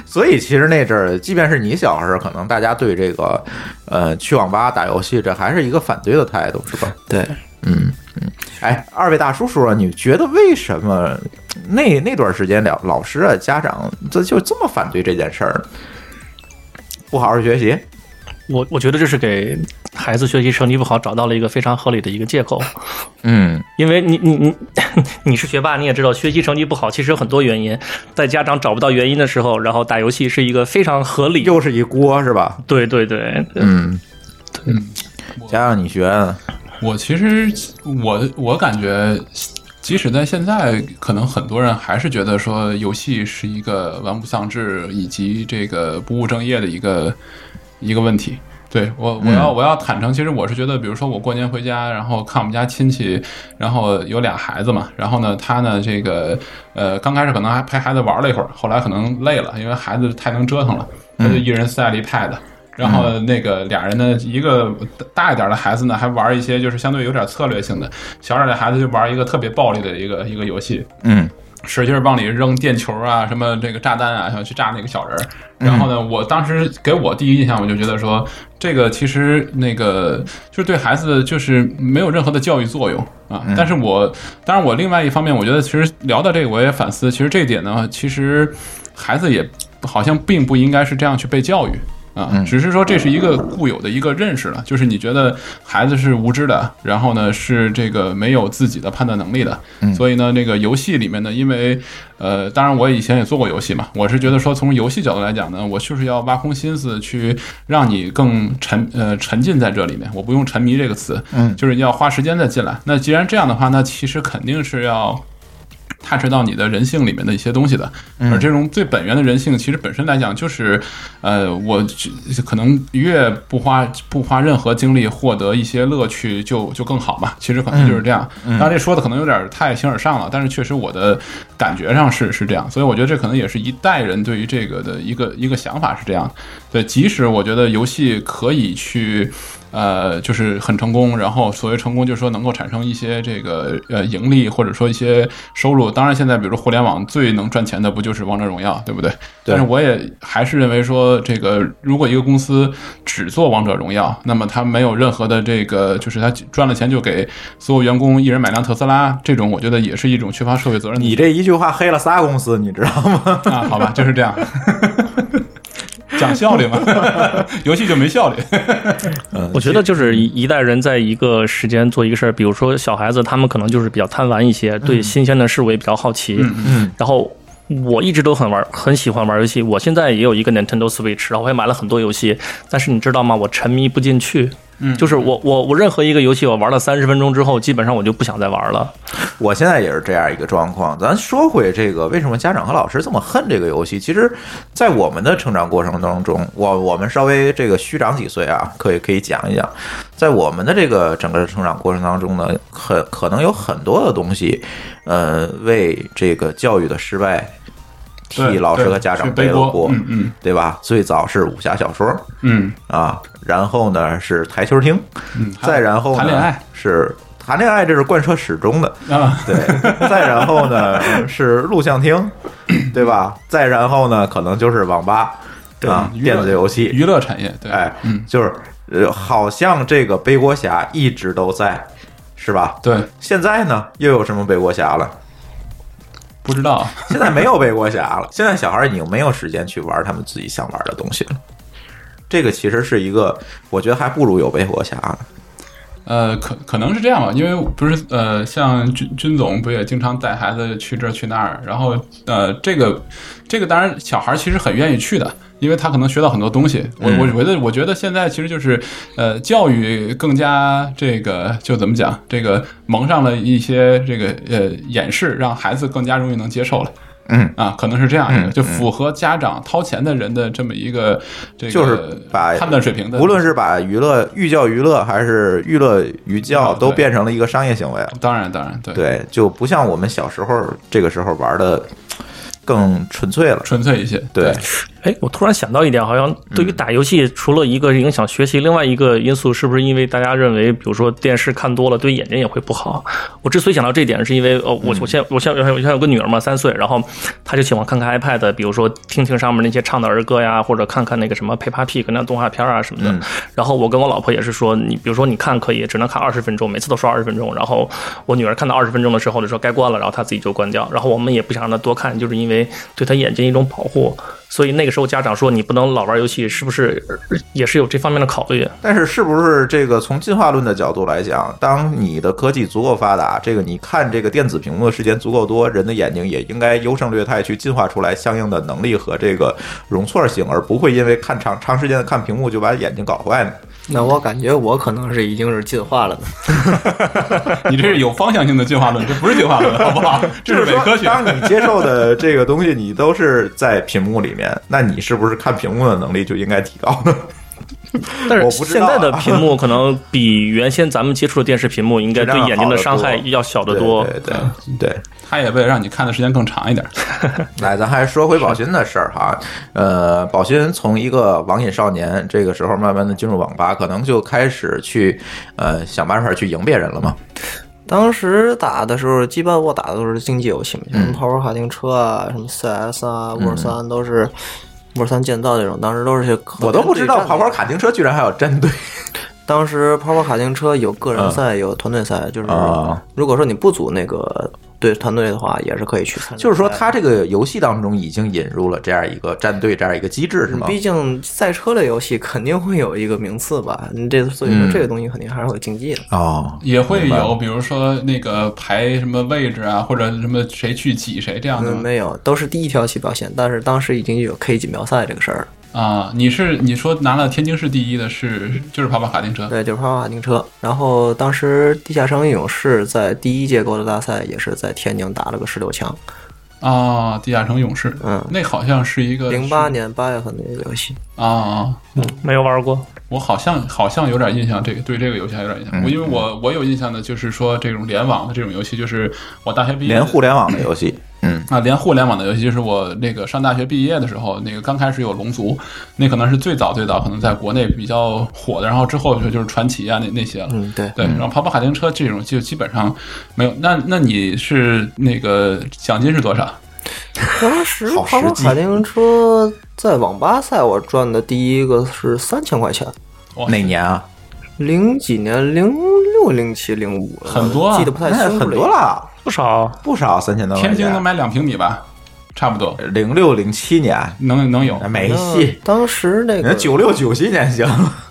S1: 所以其实那阵儿，即便是你小时候，可能大家对这个，呃，去网吧打游戏，这还是一个反对的态度，是吧？
S4: 对，
S1: 嗯嗯，哎，二位大叔叔啊，你觉得为什么那那段时间了老师啊、家长这就这么反对这件事儿呢？不好好学习，
S2: 我我觉得这是给孩子学习成绩不好找到了一个非常合理的一个借口。
S1: 嗯
S2: 因为你你 (laughs) 你你是学霸，你也知道学习成绩不好，其实有很多原因。在家长找不到原因的时候，然后打游戏是一个非常合理。
S1: 又是一锅是吧？
S2: 对对对，
S1: 嗯，对，加上你学啊呢，
S3: 我其实我我感觉，即使在现在，可能很多人还是觉得说游戏是一个玩物丧志以及这个不务正业的一个一个问题。对我，我要我要坦诚，其实我是觉得，比如说我过年回家，然后看我们家亲戚，然后有俩孩子嘛，然后呢，他呢这个呃，刚开始可能还陪孩子玩了一会儿，后来可能累了，因为孩子太能折腾了，他就一人塞了一 pad，、然后那个俩人呢，一个大一点的孩子呢，还玩一些就是相对有点策略性的；小点的孩子就玩一个特别暴力的一个一个游戏，
S1: 嗯
S3: 使劲儿往里扔电球啊，什么这个炸弹啊，想去炸那个小人儿。然后呢，我当时给我第一印象，我就觉得说，这个其实那个就是对孩子就是没有任何的教育作用啊。但是我当然我另外一方面，我觉得其实聊到这个，我也反思，其实这一点呢，其实孩子也好像并不应该是这样去被教育。啊、啊，只是说这是一个固有的一个认识了，就是你觉得孩子是无知的，然后呢是这个没有自己的判断能力的，所以呢，那个游戏里面呢，因为呃，当然我以前也做过游戏嘛，我是觉得说从游戏角度来讲呢，我就是要挖空心思去让你更沉呃沉浸在这里面，我不用沉迷这个词，嗯，就是你要花时间再进来。那既然这样的话，那其实肯定是要。touch 到你的人性里面的一些东西的，而这种最本源的人性，其实本身来讲就是，呃，我只可能越不花不花任何精力获得一些乐趣就，就更好嘛。其实可能就是这样。当然，这说的可能有点太形而上了，但是确实我的感觉上是是这样，所以我觉得这可能也是一代人对于这个的一个一个想法是这样的。对，即使我觉得游戏可以去。呃，就是很成功，然后所谓成功，就是说能够产生一些这个呃盈利，或者说一些收入。当然，现在比如说互联网最能赚钱的不就是王者荣耀，对不对？但是我也还是认为说，这个如果一个公司只做王者荣耀，那么它没有任何的这个，就是它赚了钱就给所有员工一人买辆特斯拉，这种我觉得也是一种缺乏社会责任的
S1: 你这一句话黑了仨公司，你知道吗？
S3: 啊，好吧，就是这样。讲效率嘛， (laughs) 游戏就没效率。
S1: 嗯
S2: 我觉得就是一一代人在一个时间做一个事儿，比如说小孩子，他们可能就是比较贪玩一些，对新鲜的事物也比较好奇。嗯，然后我一直都很玩，很喜欢玩游戏。我现在也有一个 Nintendo Switch，然后我也买了很多游戏，但是你知道吗？我沉迷不进去。嗯，就是我我我任何一个游戏，我玩了三十分钟之后，基本上我就不想再玩了。
S1: 我现在也是这样一个状况。咱说回这个，为什么家长和老师这么恨这个游戏？其实，在我们的成长过程当中，我我们稍微这个虚长几岁啊，可以可以讲一讲，在我们的这个整个成长过程当中呢，很可能有很多的东西，呃，为这个教育的失败替
S3: 对
S1: 老师
S3: 对
S1: 和家长
S3: 去背
S1: 背了
S3: 锅
S1: 锅，
S3: 嗯嗯
S1: 对吧？最早是武侠小说，
S3: 嗯，
S1: 啊，然后呢是台球厅，
S3: 嗯还
S1: 再然后呢
S3: 谈恋爱
S1: 是谈恋爱，这是贯彻始终的。
S3: 啊，
S1: (laughs) 对，再然后呢是录像厅，对吧？再然后呢可能就是网吧啊，
S3: 娱乐
S1: 电子游戏，
S3: 娱乐产业，对，
S1: 哎，
S3: 嗯，
S1: 就是呃，好像这个背锅侠一直都在，是吧？
S3: 对，
S1: 现在呢又有什么背锅侠了？
S3: 不知道，啊
S1: 现在没有背锅侠了，现在小孩儿已经没有时间去玩他们自己想玩的东西了。这个其实是一个，我觉得还不如有背锅侠呢。
S3: 呃，可可能是这样吧，因为不是呃，像军军总不也经常带孩子去这儿去那儿，然后呃，这个这个当然小孩儿其实很愿意去的，因为他可能学到很多东西。我
S1: 嗯
S3: 我觉得我觉得现在其实就是呃，教育更加这个就怎么讲，这个蒙上了一些这个呃掩饰，让孩子更加容易能接受了。
S1: 嗯
S3: 啊，可能是这样一个，
S1: 嗯
S3: 就符合家长掏钱的人的这么一个这个
S1: 就是把
S3: 判断水平的，
S1: 无论是把娱乐寓教于乐，还是娱乐于教，
S3: 啊对
S1: 都变成了一个商业行为了。
S3: 当然当然对
S1: 对，就不像我们小时候这个时候玩的更纯粹了。
S3: 纯粹一些
S1: 对，
S2: 哎，我突然想到一点，好像对于打游戏，除了一个影响学习，另外一个因素是不是因为大家认为，比如说电视看多了，对眼睛也会不好？我之所以想到这一点，是因为呃，我我现在我现在我现在有个女儿嘛，三岁，然后她就喜欢看看 iPad，比如说听听上面那些唱的儿歌呀，或者看看那个什么 Peppa Pig 那动画片啊什么的。然后我跟我老婆也是说，你比如说你看可以，只能看二十分钟，每次都说二十分钟。然后我女儿看到二十分钟的时候就说该关了，然后她自己就关掉。然后我们也不想让她多看，就是因为对她眼睛一种保护。所以那个时候家长说你不能老玩游戏，是不是呃也是有这方面的考虑？
S1: 但是是不是这个从进化论的角度来讲，当你的科技足够发达，这个你看这个电子屏幕的时间足够多，人的眼睛也应该优胜劣汰去进化出来相应的能力和这个容错性，而不会因为看长长时间的看屏幕就把眼睛搞坏呢？
S4: 那我感觉我可能是已经是进化了呢。
S1: (laughs)
S3: 你这是有方向性的进化论，这不是进化论，好不好？这
S1: 就是
S3: 伪
S1: 说，
S3: 科学。
S1: 当你接受的这个东西，你都是在屏幕里面，那你是不是看屏幕的能力就应该提高 (laughs) 呢？
S2: 但
S1: 我
S2: 是
S1: 不知
S2: 现
S1: 道啊
S2: 在的屏
S1: (laughs)
S2: 幕可能比原先咱们接触的电视屏幕应该对眼睛的伤害要小得多。
S1: 对对对对。
S3: 他也为了让你看的时间更长一点，
S1: 来，咱还说回宝鑫的事儿哈。呃，宝鑫从一个网瘾少年，这个时候慢慢的进入网吧，可能就开始去呃想办法去赢别人了嘛。
S4: 当时打的时候，基本我打的都是竞技游戏嘛，什
S1: 嗯
S4: 么跑跑卡丁车啊，什么 CS 啊，沃尔三都是沃尔三建造这种，当时都是些和
S1: 我
S4: 别
S1: 都
S4: 人
S1: 不知道
S4: 哦对战的
S1: 跑跑卡丁车居然还有战队。
S4: 当时跑跑卡丁车有个人赛，有团队赛，就是
S1: 啊
S4: 如果说你不组那个对团队的话，也是可以去参加。嗯
S1: 就是说，它这个游戏当中已经引入了这样一个战队这样一个机制，是吗？
S4: 嗯毕竟赛车类游戏肯定会有一个名次吧，你这所以
S1: 嗯
S4: 说这个东西肯定还是会有竞技的。
S1: 哦，
S3: 也会
S1: 明白
S3: 有，比如说那个排什么位置啊，或者什么谁去挤谁这
S1: 啊
S3: 样的
S4: 嗯，
S3: 吗
S4: 没有，都是第一条起跑线，但是当时已经有 K 锦标赛这个事儿了。
S3: 啊。你是你说拿了天津市第一的是就是跑跑卡丁车，
S4: 对，就是跑跑卡丁车。然后当时地下城勇士在第一届格斗大赛也是在天津打了个十六强，
S3: 啊，地下城勇士，
S4: 嗯
S3: 那好像是一个
S4: 零八年八月份的一个游戏。
S3: 啊啊，
S2: 没有玩过，
S3: 我好像好像有点印象，这个对这个游戏还有点印
S1: 嗯
S3: 象。我因为我我有印象的就是说这种联网的这种游戏，就是我大学毕业
S1: 连互联网的游戏，嗯，
S3: 啊，连互联网的游戏就是我那个上大学毕业的时候，那个刚开始有龙族，那可能是最早最早，可能在国内比较火的，然后之后就就是传奇啊那那些了。
S4: 嗯，对，
S3: 对，然后跑跑卡丁车这种就基本上没有。那那你是那个奖金是多少？
S4: 当时
S1: 好
S4: 跑
S1: 实
S4: 跑
S1: 际
S4: 卡丁车在网吧赛我赚的第一个是三千块钱，
S3: 哇
S1: 哪年啊？
S4: 零几年零六零七零五了，
S3: 很多啊
S4: 记得不太
S1: 那
S4: 清楚嗯
S1: 很多。了，
S2: 不少。
S1: 不少三千多块
S3: 天
S1: 钱。
S3: 津能买两平米吧，差不多
S1: 零六零七年
S3: 能能有
S1: 没
S4: 那
S1: 戏，
S4: 当时哦那
S1: 人
S4: 个
S1: 九六九七年行。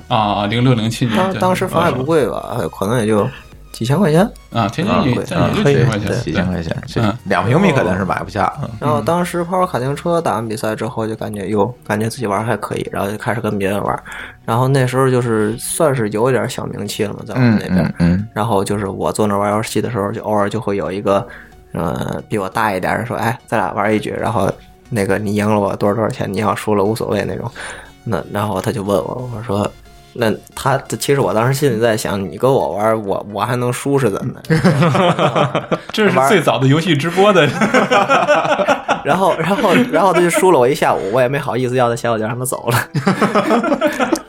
S3: 啊，零六零七年
S4: 当
S3: 对嗯
S4: 当时房也不贵吧，哎可能也就几千块钱。
S3: 啊，天津
S1: 啊
S3: 也
S4: 贵
S3: 在也就
S4: 可以
S3: 几千块钱，
S1: 几
S3: 对
S1: 千块钱，这
S3: 嗯
S1: 两平米肯定是买不下。嗯
S4: 然后当时跑跑卡丁车打完比赛之后，就感觉哟，感觉自己玩儿还可以，然后就开始跟别人玩儿。然后那时候就是算是有点小名气了嘛，在我们那边。
S1: 嗯嗯，
S4: 然后就是我坐那玩游戏的时候，就偶尔就会有一个，呃，比我大一点儿人说，哎，咱俩玩一局，然后那个你赢了我多少多少钱，你要输了无所谓那种。那然后他就问我，我说。那他其实我当时心里在想，你跟我玩儿，我我还能输是怎么的？ (laughs)
S3: 这是最早的游戏直播的
S4: 然后，然后，然后他就输了我一下午，我也没好意思要他钱，我就让他走了。 (laughs)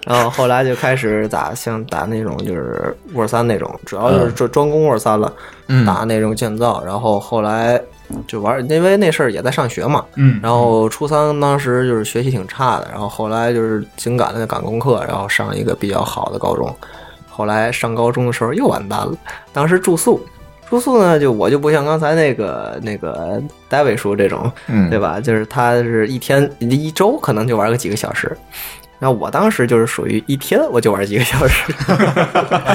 S4: 然后后来就开始打像打那种就是沃三那种，主要就是专专攻沃三了，
S1: 嗯啊
S4: 打那种建造。然后后来就玩，因为那事儿也在上学嘛。
S3: 嗯
S4: 然后初三当时就是学习挺差的，然后后来就是紧赶着赶功课，然后上一个比较好的高中。后来上高中的时候又完蛋了，当时住宿。住宿呢，就我就不像刚才那个那个戴伟叔这种，
S1: 嗯
S4: 对吧？就是他是一天一周可能就玩个几个小时，那我当时就是属于一天我就玩几个小时，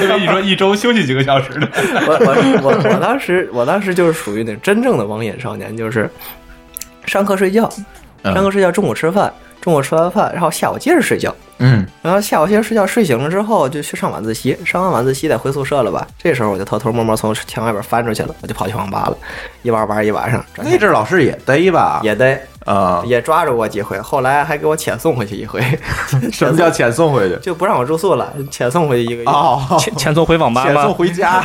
S3: 因为你说一周休息几个小时的，
S4: 我我我我当时我当时就是属于那种真正的网瘾少年，就是上课睡觉，上课睡觉，中午吃饭，中午吃完饭，然后下午接着睡觉，
S1: 嗯，
S4: 然后下午接着睡觉，睡醒了之后就去上晚自习，上完晚自习得回宿舍了吧？这时候我就偷偷摸摸从墙外边翻出去了，我就跑去网吧了，一玩玩一晚上，转
S1: 那
S4: 天
S1: 阵儿老师也逮吧？
S4: 也得
S1: 啊，
S4: 也抓着过几回，后来还给我遣送回去一回，
S1: 什么叫遣送回去？
S4: 就不让我住宿了， (laughs) 遣送回去一个月。
S1: 哦，
S2: 前前送回网吧
S1: 遣送
S2: 吗？
S1: 回家。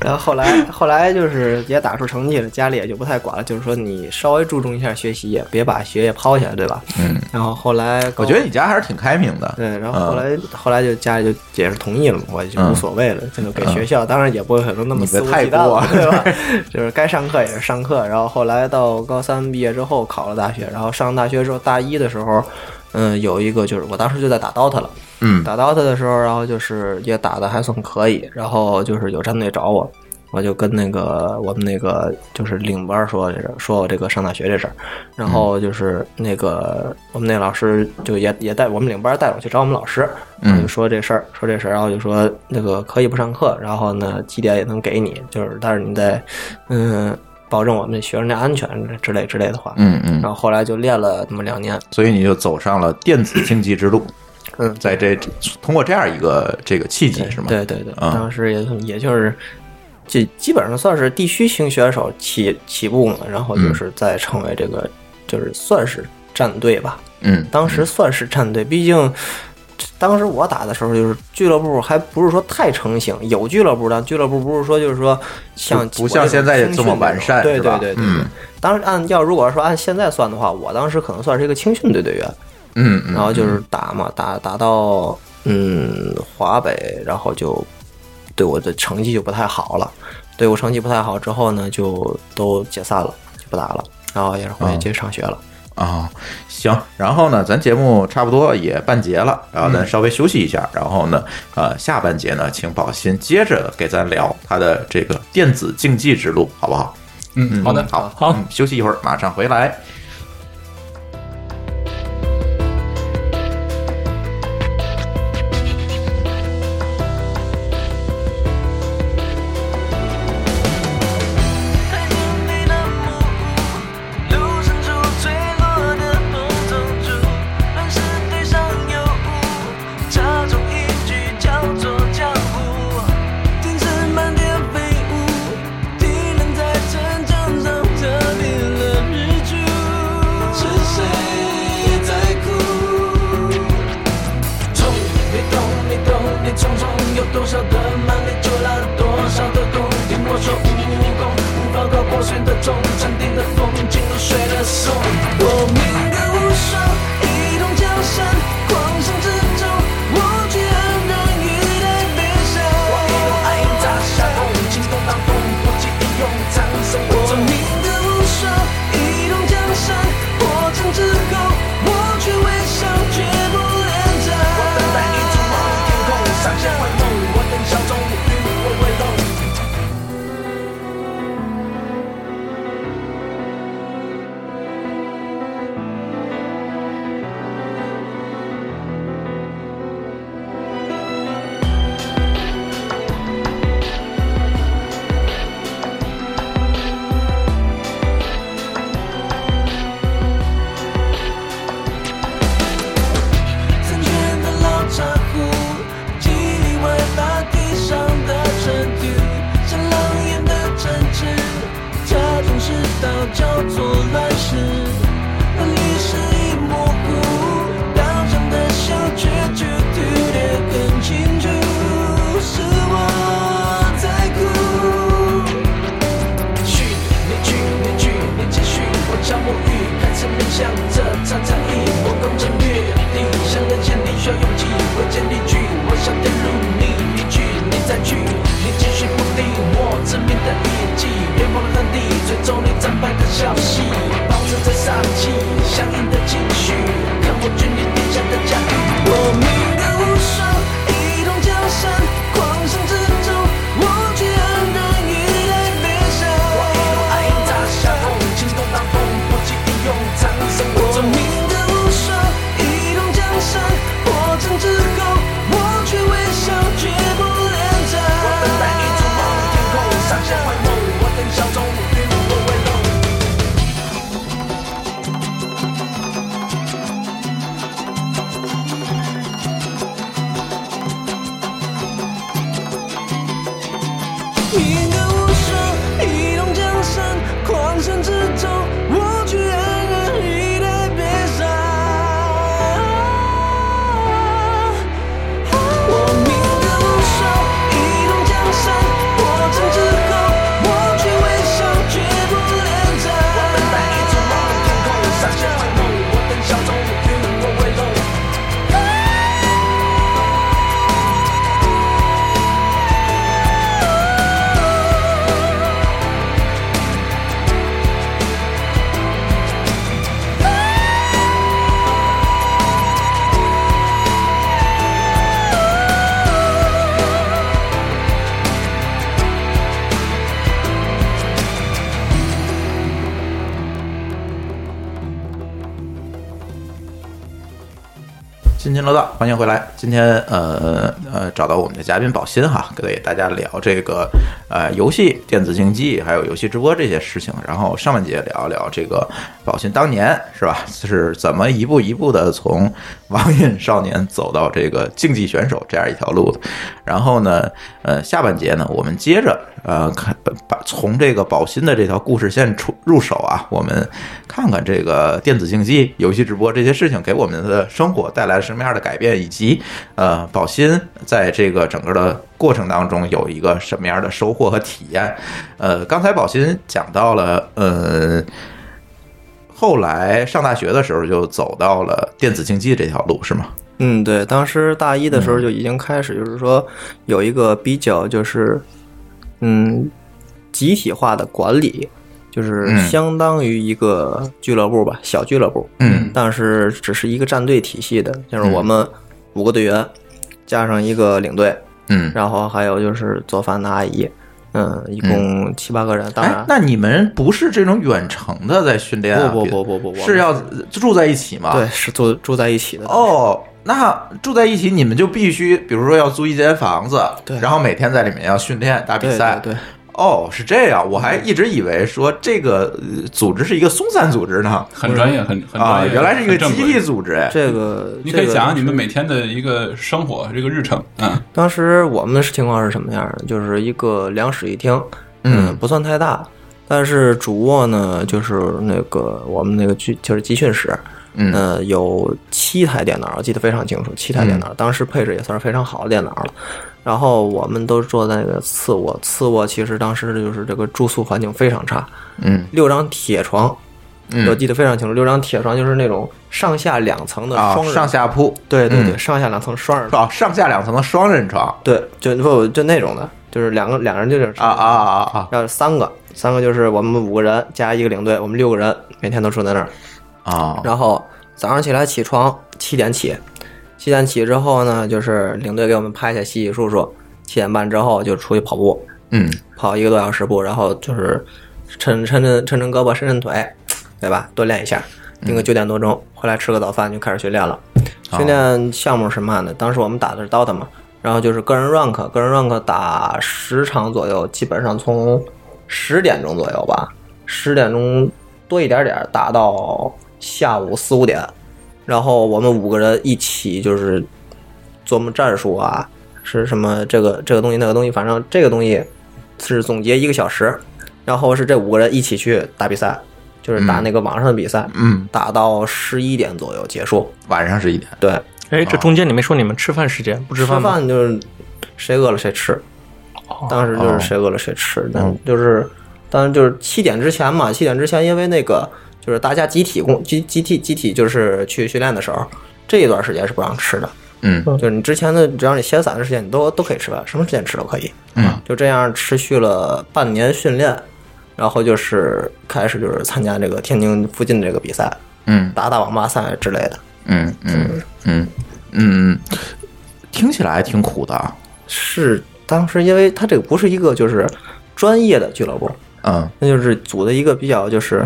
S4: 然后后来 (laughs) 后来就是也打出成绩了，家里也就不太管了，就是说你稍微注重一下学习，也别把学业抛下，对吧？嗯。然后后来
S1: (laughs) 我觉得嗯你家还是挺开明的。
S4: 对，然后后来、后来就家里就也是同意了嘛，我就无所谓了，这就给学校，当然也不会可能那么
S1: 嗯你
S4: 肆
S1: 的
S4: 无忌
S1: 太
S4: 惮
S1: 过
S4: 了， (laughs) 对吧？就是该上课也是上课，然后后来到高三毕业之后考了大学，然后上大学之后大一的时候，嗯，有一个就是我当时就在打 DOTA 了，
S1: 嗯
S4: 打 DOTA 的时候，然后就是也打的还算可以，然后就是有战队找我。我就跟那个我们那个就是领班说这事儿，说我这个上大学这事儿，然后就是那个我们那老师就也也带我们领班带我去找我们老师，然
S1: 嗯
S4: 后就说这事儿，说这事儿，然后就说那个可以不上课，然后呢绩点也能给你，就是但是你得嗯保证我们学生的安全之类之类的话，
S1: 嗯嗯
S4: 然，后后来就练了那么两年，
S1: 所以你就走上了电子竞技之路。
S4: 嗯
S1: 在这通过这样一个这个契机是吗？
S4: 对对对，
S1: 啊
S4: 当时也也就是，这基本上算是地区型选手起起步嘛，然后
S1: 嗯
S4: 就是再成为这个，就是算是战队吧。
S1: 嗯，
S4: 当时算是战队，毕竟当时我打的时候，就是俱乐部还不是说太成型，有俱乐部，但俱乐部不是说就是说像
S1: 就不像现在这么完善
S4: 对
S1: 是
S4: 对
S1: 吧
S4: 对对对。
S1: 嗯
S4: 当时按要如果说按现在算的话，我当时可能算是一个青训队队员。
S1: 嗯嗯
S4: 然后就是打嘛，打打到嗯华北，然后就对我的成绩就不太好了，对我
S1: 哦
S4: 成绩不太好之后呢，就都解散了，就不打了，然后也是回去上学了。
S1: 啊、行，然后呢，咱节目差不多也半节了，
S5: 嗯
S1: 然后咱稍微休息一下，然后呢，呃，下半节呢，请宝鑫接着给咱聊他的这个电子竞技之路，好不好？
S5: 嗯，好的，
S1: 好，
S6: 好
S1: 嗯休息一会儿，马上回来。
S3: 在无力的模糊，流渗出坠落的红珍珠，乱世对上有无，茶中一句叫做江湖，天真漫天飞舞，体能在成长中特定了日出，是谁在哭？冲！你懂，你懂，你匆匆有多少的慢，你就拉了多少的弓。听我说，武功无法高过弦的钟，沉淀的风，进入水的颂。我命格无双，一统江山，狂想之中，我却很难遇到悲伤。我一用暗影砸下空，轻功当风，不弃一用藏身我命格无双，一统江山，破城之后，我却微笑，绝不恋战。我等待一筑梦，天空闪现幻梦，我等笑中与我为荣。三圈的老茶壶，几里外大地上的尘土，像狼烟的展翅，家中世道叫做乱世，那里是一模糊，岛上的小却就读得更清楚，是我在哭。去，你去，你去，你继续。我将沐浴，看似面向这场战役，我攻占越地，想人见你需要勇气，我见你去，我想登入你，你去，你再去，你继续不敌我致命的一击，远方的恨地，追踪你战败的消息，保持着杀气，相应的情绪，看我军你地下的驾驭，我命格无双，一统江山，狂想之中，我却很难遇到。悲伤。我一用暗影砸下风，轻功当风，不弃英勇藏身我中。命的无双，一统江山，破城之后，我却微笑，绝不恋战。我等待一筑梦，天空闪现幻梦，我等笑中与我为荣。一个无声，一统江山，狂想之中，我却安然以待悲伤。我命格无双，一统江山，破城之后，我却微笑，绝不恋战。我等待一筑梦，天空闪现幻梦，我等笑中与我为荣。
S1: 津津乐道，欢迎回来。今天呃呃，找到我们的嘉宾宝鑫哈，给大家聊这个呃游戏、电子竞技，还有游戏直播这些事情。然后上半节聊一聊这个宝鑫当年是吧，是怎么一步一步的从网瘾少年走到这个竞技选手这样一条路的。然后呢，呃，下半节呢，我们接着呃看把从这个宝鑫的这条故事线出入手啊，我们看看这个电子竞技、游戏直播这些事情给我们的生活带来了什么样的改变，以及呃，宝鑫在这个整个的过程当中有一个什么样的收获和体验。呃，刚才宝鑫讲到了，呃。后来上大学的时候就走到了电子竞技这条路，是吗？
S4: 嗯，对，当时大一的
S1: 嗯
S4: 时候就已经开始，就是说有一个比较就是，嗯，集体化的管理，就是
S1: 嗯
S4: 相当于一个俱乐部吧，小俱乐部，
S1: 嗯
S4: 但是只是一个战队体系的，就是
S1: 嗯
S4: 我们五个队员加上一个领队，
S1: 嗯。
S4: 然后还有就是做饭的阿姨，嗯，一共七八个人，当
S1: 哎
S4: 然，。
S1: 那你们不是这种远程的在训练啊？
S4: 不
S1: 比
S4: 不不不不，
S1: 是要住在一起吗？
S4: 对，是住住在一起的。
S1: 哦，那住在一起，你们就必须，比如说要租一间房子，
S4: 对
S1: 然后每天在里面要训练、打比
S4: 对，
S1: 赛。
S4: 对对，
S1: 哦，是这样，我还一直以为说这个呃组织是一个松散组织呢。
S3: 很专业，很很
S1: 啊，
S3: 专业。
S1: 原来是一个
S3: 很正
S1: 基
S3: 规
S1: 地组织，哎，
S4: 这个
S3: 你可以
S4: 这个
S3: 讲讲你们每天的一个生活，这个日程。嗯，
S4: 当时我们是情况是什么样的？就是一个两室一厅，
S1: 嗯
S4: 不算太大，但是主卧呢，就是那个我们那个集就是集训室，
S1: 嗯
S4: 呃，有七台电脑，我记得非常清楚，七台电
S1: 嗯
S4: 脑，当时配置也算是非常好的电脑了。然后我们都坐在那个次卧，次卧其实当时就是这个住宿环境非常差，
S1: 嗯，
S4: 六张铁床，
S1: 嗯
S4: 我记得非常清楚，六张铁床就是那种上下两层的
S1: 啊
S4: 双，人，
S1: 上下铺
S4: 对对对，
S1: 嗯
S4: 上下两层双人床。
S1: 啊，上下两层的双人床
S4: 对，就不就那种的，就是两个两个人就是
S1: 啊啊啊啊
S4: 要是三个，三个就是我们五个人加一个领队，我们六个人，每天都住在那儿。
S1: 啊啊！
S4: 然后早上起来起床七点起，七点起之后呢，就是领队给我们拍下洗洗漱漱，七点半之后就出去跑步，
S1: 嗯
S4: 跑一个多小时步，然后就是抻抻抻抻抻胳膊，伸伸腿，对吧？锻炼一下，定个九点多钟，回来吃个早饭就开始训练了。训练项目是嘛呢？当时我们打的是 DOTA 嘛，然后就是个人 rank，个人 rank 打十场左右，基本上从十点钟左右吧，十点钟多一点点儿打到下午四五点，然后我们五个人一起就是琢磨战术啊，是什么这个这个东西那个东西，反正这个东西是总结一个小时，然后是这五个人一起去打比赛，就是打那个网上的比赛，
S1: 嗯，
S4: 打到十一点左右结束。
S1: 晚上十一点，
S4: 对，
S2: 哎，这中间你没说你们吃饭时间，不吃
S4: 吃
S2: 饭吗？哦
S4: 饭就是谁饿了谁吃，当时就是谁饿了谁吃，但就是当然就是七点之前嘛，七点之前因为那个就是大家集体工集集体集体就是去训练的时候，这一段时间是不让吃的。
S1: 嗯
S4: 就是你之前的，只要你闲散的时间，你都都可以吃饭，什么时间吃都可以。
S3: 啊
S1: 嗯，
S4: 就这样持续了半年训练，然后就是开始就是参加这个天津附近的这个比赛，
S1: 嗯
S4: 打打网吧赛之类的。
S1: 嗯嗯嗯嗯，听起来挺苦的啊，
S4: 是当时因为它这个不是一个就是专业的俱乐部，
S1: 嗯
S4: 那就是组的一个比较就是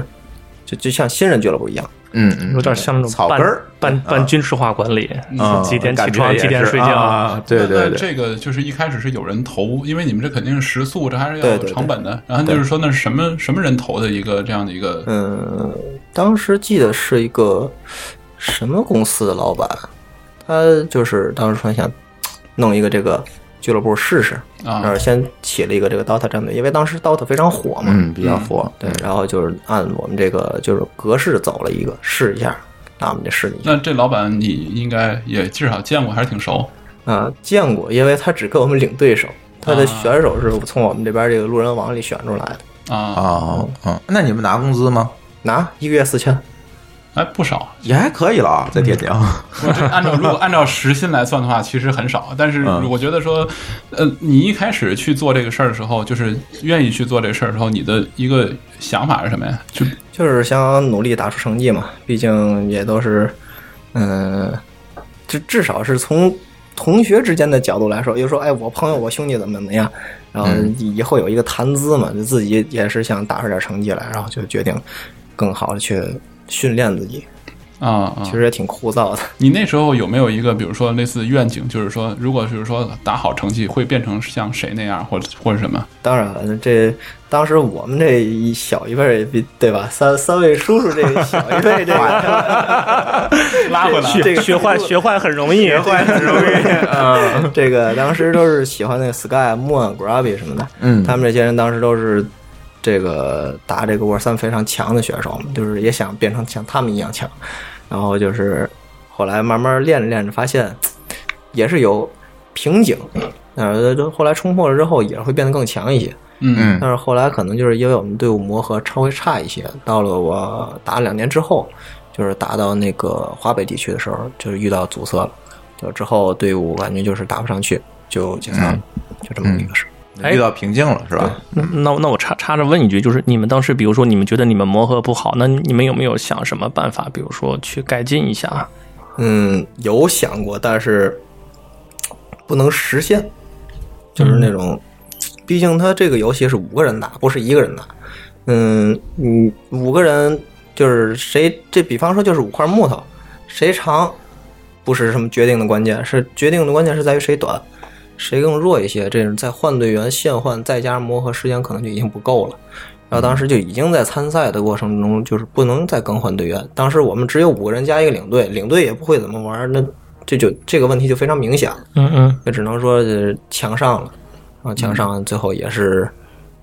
S4: 就就像新人俱乐部一样。
S1: 嗯嗯，
S2: 有点像那种
S1: 草根
S2: 半
S1: 儿啊
S2: 半半军事化管理，
S1: 嗯
S2: 几点起
S1: 感觉
S2: 床，
S1: 也
S2: 几点
S1: 是
S2: 睡觉，
S1: 啊对
S3: 那
S1: 对
S3: 那
S1: 对，
S3: 这个就是一开始是有人投，因为你们这肯定是食宿，这还是要
S4: 对
S3: 有
S4: 对对
S3: 成本的。然后就是说，那是什么什么人投的一个这样的一个？
S4: 嗯，当时记得是一个什么公司的老板，他就是当时说想弄一个这个俱乐部试试，
S3: 啊
S4: 然后先起了一个这个 DOTA 战队，因为当时 DOTA 非常火嘛，
S1: 嗯，比较火，
S4: 对，然后就是按我们这个就是格式走了一个试一下，那我们就试一下。
S3: 那这老板你应该也至少见过，还是挺熟。
S4: 啊、见过，因为他只跟我们领对手，他的
S3: 啊
S4: 选手是从我们这边这个路人网里选出来的，
S3: 啊，
S1: 啊，嗯，那你们拿工资吗？
S4: 拿啊一个月四千，
S3: 哎，不少。
S1: 也还可以了啊，在天津啊，
S3: 我这按照如果按照时薪来算的话，其实很少。但是
S1: 嗯
S3: 我觉得说，呃，你一开始去做这个事儿的时候，就是愿意去做这个事儿的时候，你的一个想法是什么呀？就
S4: 就是想努力打出成绩嘛，毕竟也都是，嗯、至至少是从同学之间的角度来说，就说哎，我朋友我兄弟怎么怎么样，然后
S3: 嗯
S4: 以后有一个谈资嘛，就自己也是想打出点成绩来，然后就决定更好的去训练自己，
S3: 啊啊
S4: 其，实也挺枯燥的。
S3: 你那时候有没有一个，比如说类似愿景，就是说，如果就是说打好成绩，会变成像谁那样，或者或者什么？
S4: 当然了，这当时我们这一小一辈儿也比对吧？三三位叔叔这个小一辈这个
S2: 拉回来
S4: 这这个
S2: 学坏学坏很容易，学坏很容易。
S4: (laughs) 这个当时都是喜欢那个 Sky、Moon、Grabby 什么的，
S1: 嗯
S4: 他们这些人当时都是这个打这个 War 三非常强的选手嘛，就是也想变成像他们一样强，然后就是后来慢慢练着练着发现也是有瓶颈，呃，就后来冲破了之后也会变得更强一些。
S3: 嗯
S1: 嗯
S4: 但是后来可能就是因为我们队伍磨合稍微差一些，到了我打了两年之后，就是打到那个华北地区的时候，就是遇到阻塞了，就之后队伍感觉就是打不上去，就解散了，就这么一个事儿。
S2: 哎
S1: 遇到瓶颈了是吧？
S2: 那那那我插插着问一句，就是你们当时，比如说你们觉得你们磨合不好，那你们有没有想什么办法，比如说去改进一下？
S4: 嗯，有想过，但是不能实现，就是那种，毕竟他这个游戏是五个人打，不是一个人打。嗯，你五个人就是谁？这比方说就是五块木头，谁长不是什么决定的关键，是决定的关键是在于谁短，谁更弱一些。这种再换队员、现换，再加上磨合时间，可能就已经不够了。然后当时就已经在参赛的过程中，就是不能再更换队员。当时我们只有五个人加一个领队，领队也不会怎么玩，那这就这个问题就非常明显了。
S2: 嗯嗯，
S4: 也只能说呃强上了，啊，强上最后也是，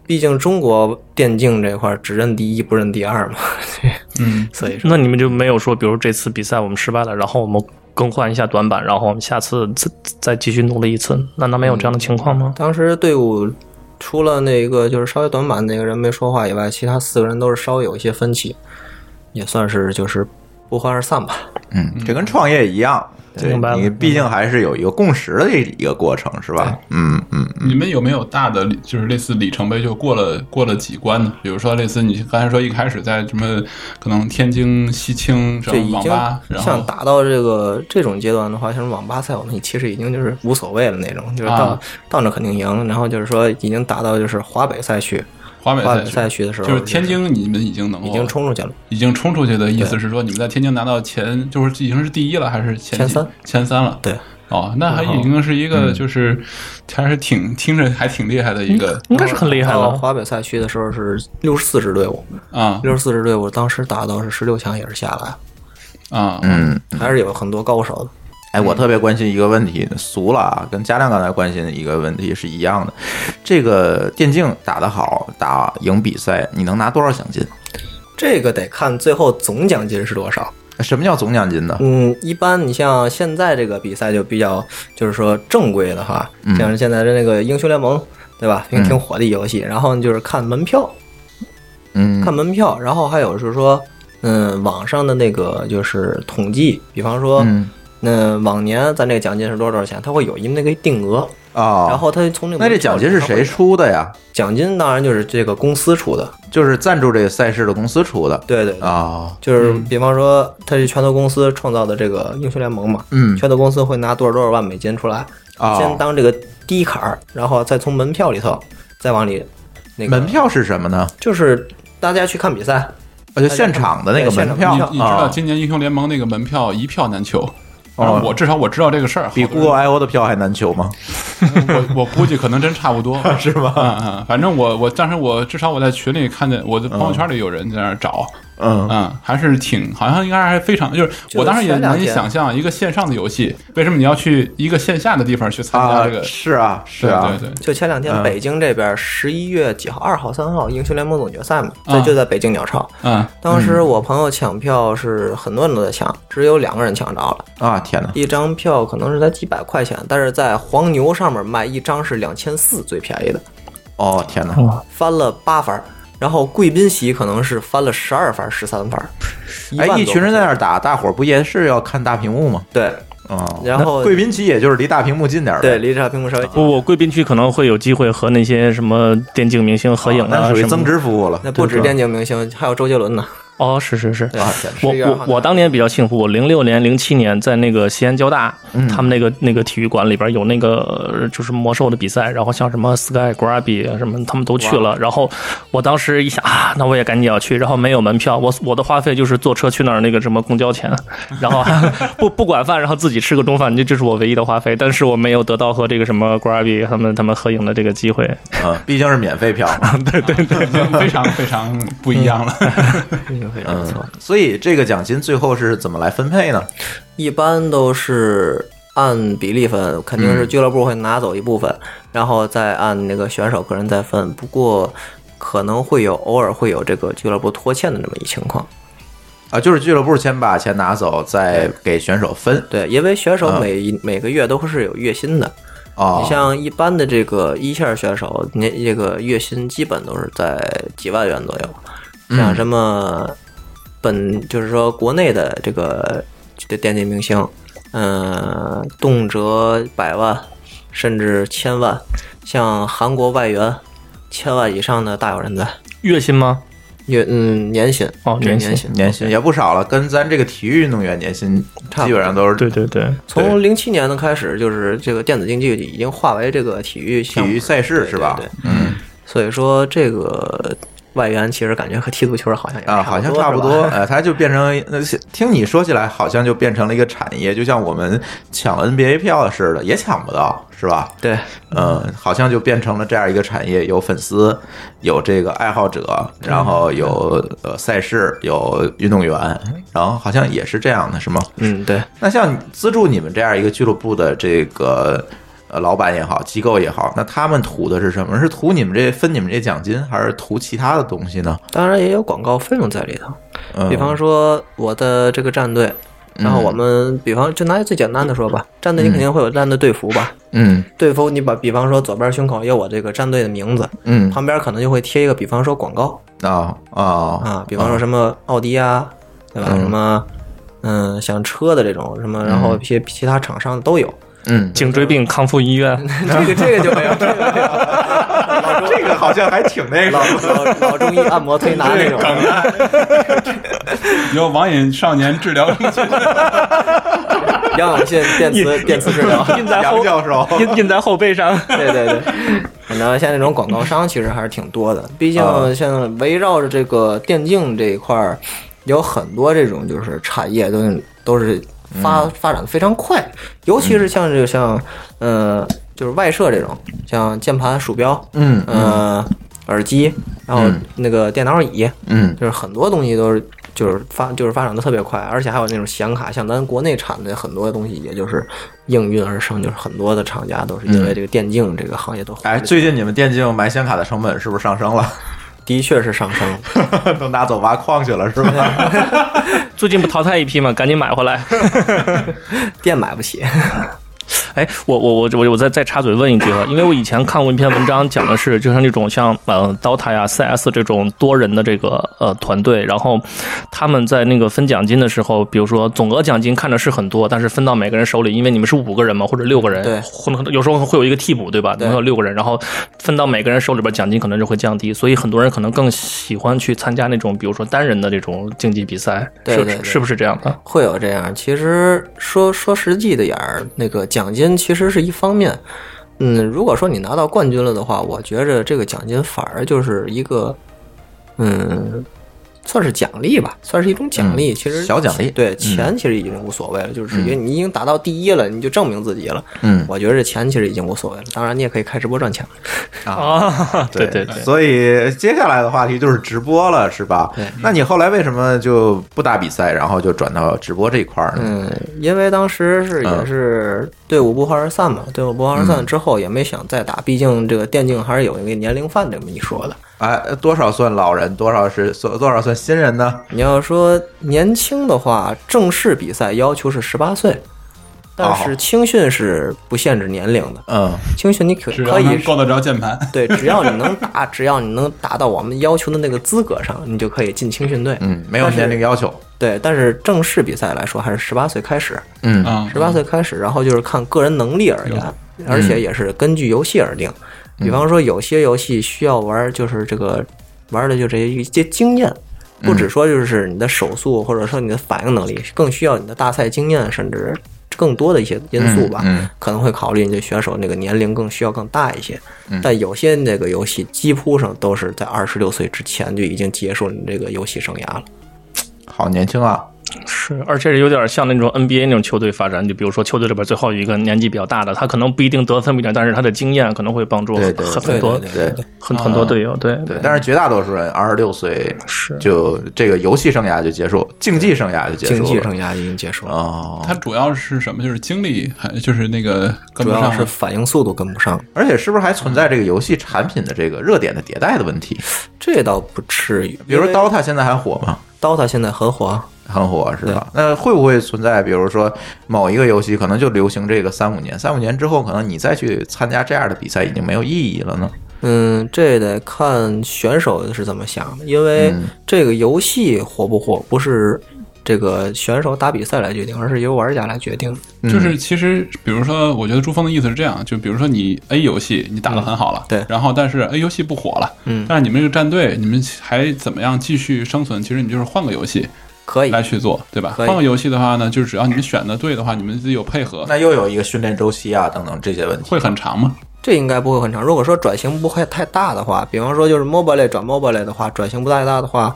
S4: 毕竟中国电竞这块儿只认第一不认第二嘛， (laughs)
S3: 嗯，
S4: 所以说
S2: 那你们就没有说，比如这次比赛我们失败了，然后我们更换一下短板，然后我们下次再再继续努力一次？难道没有这样的情况吗？
S1: 嗯
S4: 当时队伍除了那个就是稍微短板那个人没说话以外，其他四个人都是稍微有一些分歧，也算是就是不欢而散吧。
S1: 嗯，这跟创业一样，对
S2: 明白了
S1: 你毕竟还是有一个共识的一个过程是吧？嗯嗯
S3: 你们有没有大的里就是类似里程碑，就过了过了几关呢？比如说类似你刚才说一开始在什么可能天津、西青这
S4: 这已
S3: 网
S4: 经
S3: 吧，然
S4: 像
S3: 后
S4: 打到这个这种阶段的话，像是网吧赛，我们其实已经就是无所谓了那种，就是到、
S3: 啊
S4: 到那肯定赢。然后就是说已经达到就是华北赛区，
S3: 华北
S4: 华
S3: 赛
S4: 北
S3: 区
S4: 赛区的时候，
S3: 就是天津你们已经能够
S4: 已经冲出去了。
S3: 已经冲出去的意思是说你们在天津拿到前就是已经是第一了，还是前
S4: 前
S3: 几
S4: 三
S3: 前三了？
S4: 对，嗯
S3: 哦，那还已经是一个就是还是挺听着还挺厉害的一个
S2: 应该是很厉
S1: 嗯
S2: 害
S4: 到
S2: 了。哦
S4: 华北赛区的时候是六十四支队伍，
S3: 啊
S4: 六十四支队伍当时打到是十六强也是下来，
S3: 啊
S1: 嗯。
S4: 还是有很多高手的。
S1: 哎，
S4: 嗯
S1: 我特别关心一个问题，俗了啊，跟嘉亮刚才关心的一个问题是一样的。这个电竞打得好，打赢比赛，你能拿多少奖金？
S4: 这个得看最后总奖金是多少。
S1: 什么叫总奖金呢？
S4: 嗯，一般你像现在这个比赛就比较，就是说正规的哈，
S1: 嗯
S4: 像是现在的那个英雄联盟，对吧？挺
S1: 嗯
S4: 挺火的游戏。然后就是看门票，
S1: 嗯，
S4: 看门票，然后还有是说，嗯，网上的那个就是统计，比方说，
S1: 嗯
S4: 那往年咱这个奖金是多少多少钱，它会有一那个定额，
S1: 哦，
S4: 然后它从那个
S1: 那这奖金是谁出的呀？
S4: 奖金当然就是这个公司出的，
S1: 就是赞助这个赛事的公司出的
S4: 对对，对
S1: 哦，
S4: 就是比方说它是拳头公司创造的这个英雄联盟嘛，
S1: 嗯
S4: 拳头公司会拿多少多少万美金出来，
S1: 哦
S4: 先当这个低坎儿，然后再从门票里头再往里那个
S1: 门票是什么呢？
S4: 就是大家去看比赛，
S1: 啊，就现场的那个门票
S4: 对现
S3: 你
S4: 场
S3: 你知道
S1: 啊，
S3: 今年英雄联盟那个门票一票难求，
S1: 哦
S3: 我至少我知道这个事儿，
S1: 比 Google I O 的票还难求吗？
S3: 嗯我我估计可能真差
S1: (laughs)
S3: 不多， (laughs) 是吧？嗯嗯，反正我我当时我至少我在群里看见，我的朋友圈里有人在那儿找，
S1: 嗯，
S3: 嗯，还是挺好像应该还非常，就是
S4: 就
S3: 我当时也
S4: 前两
S3: 难以
S4: 天
S3: 想象一个线上的游戏，为什么你要去一个线下的地方去参加
S1: 啊
S3: 这，个？
S1: 是啊，是
S3: 对
S1: 啊
S3: 对，对，
S4: 就前两天
S1: 嗯
S4: 北京这边十一月几号，二号、三号英雄联盟总决赛嘛，
S1: 嗯
S3: 啊
S4: 在就在北京鸟巢。
S1: (laughs)
S3: 嗯，
S4: 当时我朋友抢票是很多人都在抢，只有两个人抢着了，
S1: 啊，天哪！
S4: 一张票可能是才几百块钱，但是在黄牛上面卖一张是两千四，最便宜的，
S1: 哦，天哪！
S2: 嗯
S4: 翻了八番儿。然后贵宾席可能是翻了十二番、十三番，
S1: 哎，
S4: 万
S1: 一
S4: 多
S1: 群人在
S4: 块
S1: 那
S4: 钱
S1: 儿打，大伙儿不也是要看大屏幕吗？
S4: 对
S1: 哦，
S4: 然后
S1: 那贵宾席也就是离大屏幕近点儿呗
S4: 对，离这屏幕稍微近。
S2: 不，我贵宾区可能会有机会和那些什么电竞明星合影
S1: 哦
S2: 啊，
S1: 那属于
S2: 什么
S1: 增值服务了。
S4: 那不止电竞明星，还有周杰伦呢。
S2: 哦，是是是，
S4: 对，
S2: 我
S4: 11月
S2: 我
S4: 号
S2: 我当年比较幸福，我零六年、零七年在那个西安交大，他们那个那个体育馆里边有那个呃就是魔兽的比赛，然后像什么 Sky、Grabby 啊什么，他们都去了。然后我当时一想啊，那我也赶紧要去，然后没有门票，我我的花费就是坐车去那儿那个什么公交钱，然后 (laughs) 不不管饭，然后自己吃个中饭，这这是我唯一的花费。但是我没有得到和这个什么 Grabby 他们他们合影的这个机会。
S1: 嗯，毕竟是免费票嘛。
S4: (laughs)
S3: 已经非常非常不一样了。 (laughs)
S4: 非常不错。
S1: 嗯，所以这个奖金最后是怎么来分配呢？
S4: 一般都是按比例分，肯定是俱乐部会拿走一部分，然后再按那个选手个人再分。不过可能会有偶尔会有这个俱乐部拖欠的这么一情况。
S1: 啊，就是俱乐部先把钱拿走，再给选手分。
S4: 对，因为选手
S1: 啊
S4: 每一、每个月都是有月薪的，
S1: 哦，
S4: 你像一般的这个一线选手，你这个月薪基本都是在几万元左
S1: 嗯
S4: 右。像什么本就是说国内的这呃个这电竞明星，嗯、动辄百万，甚至千万，像韩国外援，千万以上的大有人在。
S2: 月薪吗？
S4: 也嗯，年薪
S2: 哦
S4: 这是
S2: 年薪
S4: 年薪，
S1: 年薪也不少了，跟咱这个体育运动员年薪
S4: 差不多
S1: 基本上都是
S2: 对对对，
S4: 从零七年的开始，就是这个电子竞技已经化为这个体育
S1: 体
S4: 项目
S1: 育赛事是吧
S4: 对对对？
S1: 嗯
S4: 所以说这个外援其实感觉和踢足球好像也
S1: 啊，好像差不
S4: 是吧
S1: 多，呃，它就变成呃听你说起来，好像就变成了一个产业，就像我们抢 NBA 票似的，也抢不到，是吧？
S4: 对，
S1: 嗯，好像就变成了这样一个产业，有粉丝，有这个爱好者，然后有呃赛事，有运动员，然后好像也是这样的，是吗？
S4: 嗯对，
S1: 那像资助你们这样一个俱乐部的这个呃老板也好，机构也好，那他们图的是什么？是图你们这分你们这奖金，还是图其他的东西呢？
S4: 当然也有广告费用在里头。
S1: 嗯，
S4: 比方说我的这个战队，然后
S1: 嗯
S4: 我们比方就拿最简单的说吧，战队你肯定会有战队队服吧，
S1: 嗯
S4: 队服你把比方说左边胸口有我这个战队的名字，
S1: 嗯
S4: 旁边可能就会贴一个比方说广告
S1: 啊啊
S4: 啊，比方说什么奥迪啊，对吧？
S1: 嗯
S4: 什么嗯，像车的这种什么，然后一些其他厂商的都有。
S1: 嗯，
S2: 颈椎病康复医院，
S4: (laughs) 这个这个就没有，这个没
S1: (laughs)
S4: 有
S1: 这个好像还挺
S4: (laughs)
S1: 那
S4: 老老老中医按摩推拿那种。 (laughs)
S3: 由网瘾少年治疗
S1: (laughs)
S3: 中心
S4: 杨永信电磁电磁治疗，
S2: 印在后
S1: 教授
S2: 印印在后背上。
S4: 对对对。然后像这种广告商其实还是挺多的，毕
S1: 啊
S4: 竟像围绕着这个电竞这一块儿，有很多这种就是产业都都是发、发展的非常快，尤其是像这个像呃就是外设这种，像键盘、鼠标，
S1: 嗯
S4: 呃耳机，然后
S1: 嗯
S4: 那个电脑椅，
S1: 嗯
S4: 就是很多东西都是就是发就是发展的特别快，而且还有那种显卡，像咱国内产的很多东西，也就是应运而生，就是很多的厂家都是因为这个电竞这个行业都红
S1: 哎，最近你们电竞买显卡的成本是不是上升了？ (laughs)
S4: 的确是上升了。
S1: 都拿走挖矿去了是吧？
S2: 最近不淘汰一批吗？赶紧买回来。
S4: 电买不起，
S2: 哎，我我我我我再再插嘴问一句啊，因为我以前看过一篇文章，讲的是就像这种像呃 DOTA 呀、CS 这种多人的这个呃团队，然后他们在那个分奖金的时候，比如说总额奖金看着是很多，但是分到每个人手里，因为你们是五个人嘛，或者六个人，
S4: 对
S2: 或者有时候会有一个替补，对吧？你们有六个人，然后分到每个人手里边奖金可能就会降低，所以很多人可能更喜欢去参加那种比如说单人的这种竞技比赛，
S4: 对对
S2: 是
S4: 对
S2: 是不是这样啊的？
S4: 会有这样。其实说说实际的眼儿，那个奖金其实是一方面。嗯，如果说你拿到冠军了的话，我觉着这个奖金反而就是一个，嗯，算是奖励吧，算是一种奖励。其实
S1: 嗯小奖励嗯
S4: 对钱其实已经无所谓了，就是因为你已经达到第一了，你就证明自己了。
S1: 嗯
S4: 我觉得这钱其实已经无所谓了。当然，你也可以开直播赚钱。
S2: 啊，对对对。
S1: 所以接下来的话题就是直播了，是吧？
S4: 对
S1: 那你后来为什么就不打比赛，然后就转到直播这一块儿呢？
S4: 嗯，因为当时是
S1: 嗯
S4: 也是队伍不欢而散嘛，队伍不欢而散之后也没想再打，毕竟这个电竞还是有一个年龄范这么一说的。
S1: 哎，多少算老人，多少是算多少算新人呢？
S4: 你要说年轻的话，正式比赛要求是十八岁，但是青训是不限制年龄的，
S1: 嗯
S4: 青训你可
S3: 只要
S4: 可以
S3: 能够得着键盘。
S4: (laughs) 对，只要你能打，只要你能达到我们要求的那个资格上，你就可以进青训队。
S1: 嗯，没有年龄要求。
S4: 对，但是正式比赛来说，还是十八岁开始，
S1: 嗯
S3: 啊，
S4: 十八岁开始，然后就是看个人能力而言，而
S1: 嗯
S4: 且也是根据游戏而定。比方说，有些游戏需要玩，就是这个玩的就这一些经验，
S1: 嗯
S4: 不只说就是你的手速，或者说你的反应能力，更需要你的大赛经验，甚至更多的一些因素吧。
S1: 嗯嗯
S4: 可能会考虑你的选手那个年龄更需要更大一些。
S1: 嗯
S4: 但有些那个游戏几乎上都是在二十六岁之前就已经结束你这个游戏生涯了。
S1: 好年轻啊！
S2: 是，而且有点像那种 NBA 那种球队发展，就比如说球队里边最后一个年纪比较大的，他可能不一定得分比较，但是他的经验可能会帮助
S1: 对
S2: 很
S1: 对
S2: 很多
S4: 对
S1: 对
S2: 很很多队友。对
S1: 对，但是绝大多数人二十六岁
S2: 是
S1: 就这个游戏生涯就结束，竞技生涯就结束
S4: 竞
S1: 了。
S4: 技生涯已经结束了。
S1: 哦，
S3: 它主要是什么？就是精力，还就是那个
S4: 主
S3: 跟不
S4: 要
S3: 上
S4: 是反应速度跟不上，
S1: 而且是不是还存在这个游戏产品的这个热点的迭代的问题？
S4: 这倒不至于。
S1: 比如说 DOTA 现在还火吗？
S4: DOTA 现在很火啊，
S1: 很火是吧？那会不会存在，比如说某一个游戏可能就流行这个三五年，三五年之后，可能你再去参加这样的比赛已经没有意义了呢？
S4: 嗯，这得看选手是怎么想的，因为这个游戏火不火不是这个选手打比赛来决定，而是由玩家来决定。
S3: 就是其实，比如说，我觉得朱峰的意思是这样，就比如说你 A 游戏你打得很好了，
S4: 对
S3: 然后但是 A 游戏不火了，
S4: 嗯
S3: 但是你们这个战队你们还怎么样继续生存？其实你就是换个游戏
S4: 可以，
S3: 来去做，对吧？
S4: 可以
S3: 换个游戏的话呢，就是只要你们选的对的话，你们自己有配合，
S1: 那又有一个训练周期啊等等这些问题。
S3: 会很长吗？
S4: 这应该不会很长。如果说转型不会太大的话，比方说就是 MOBA 类转 MOBA 类的话，转型不太大的话，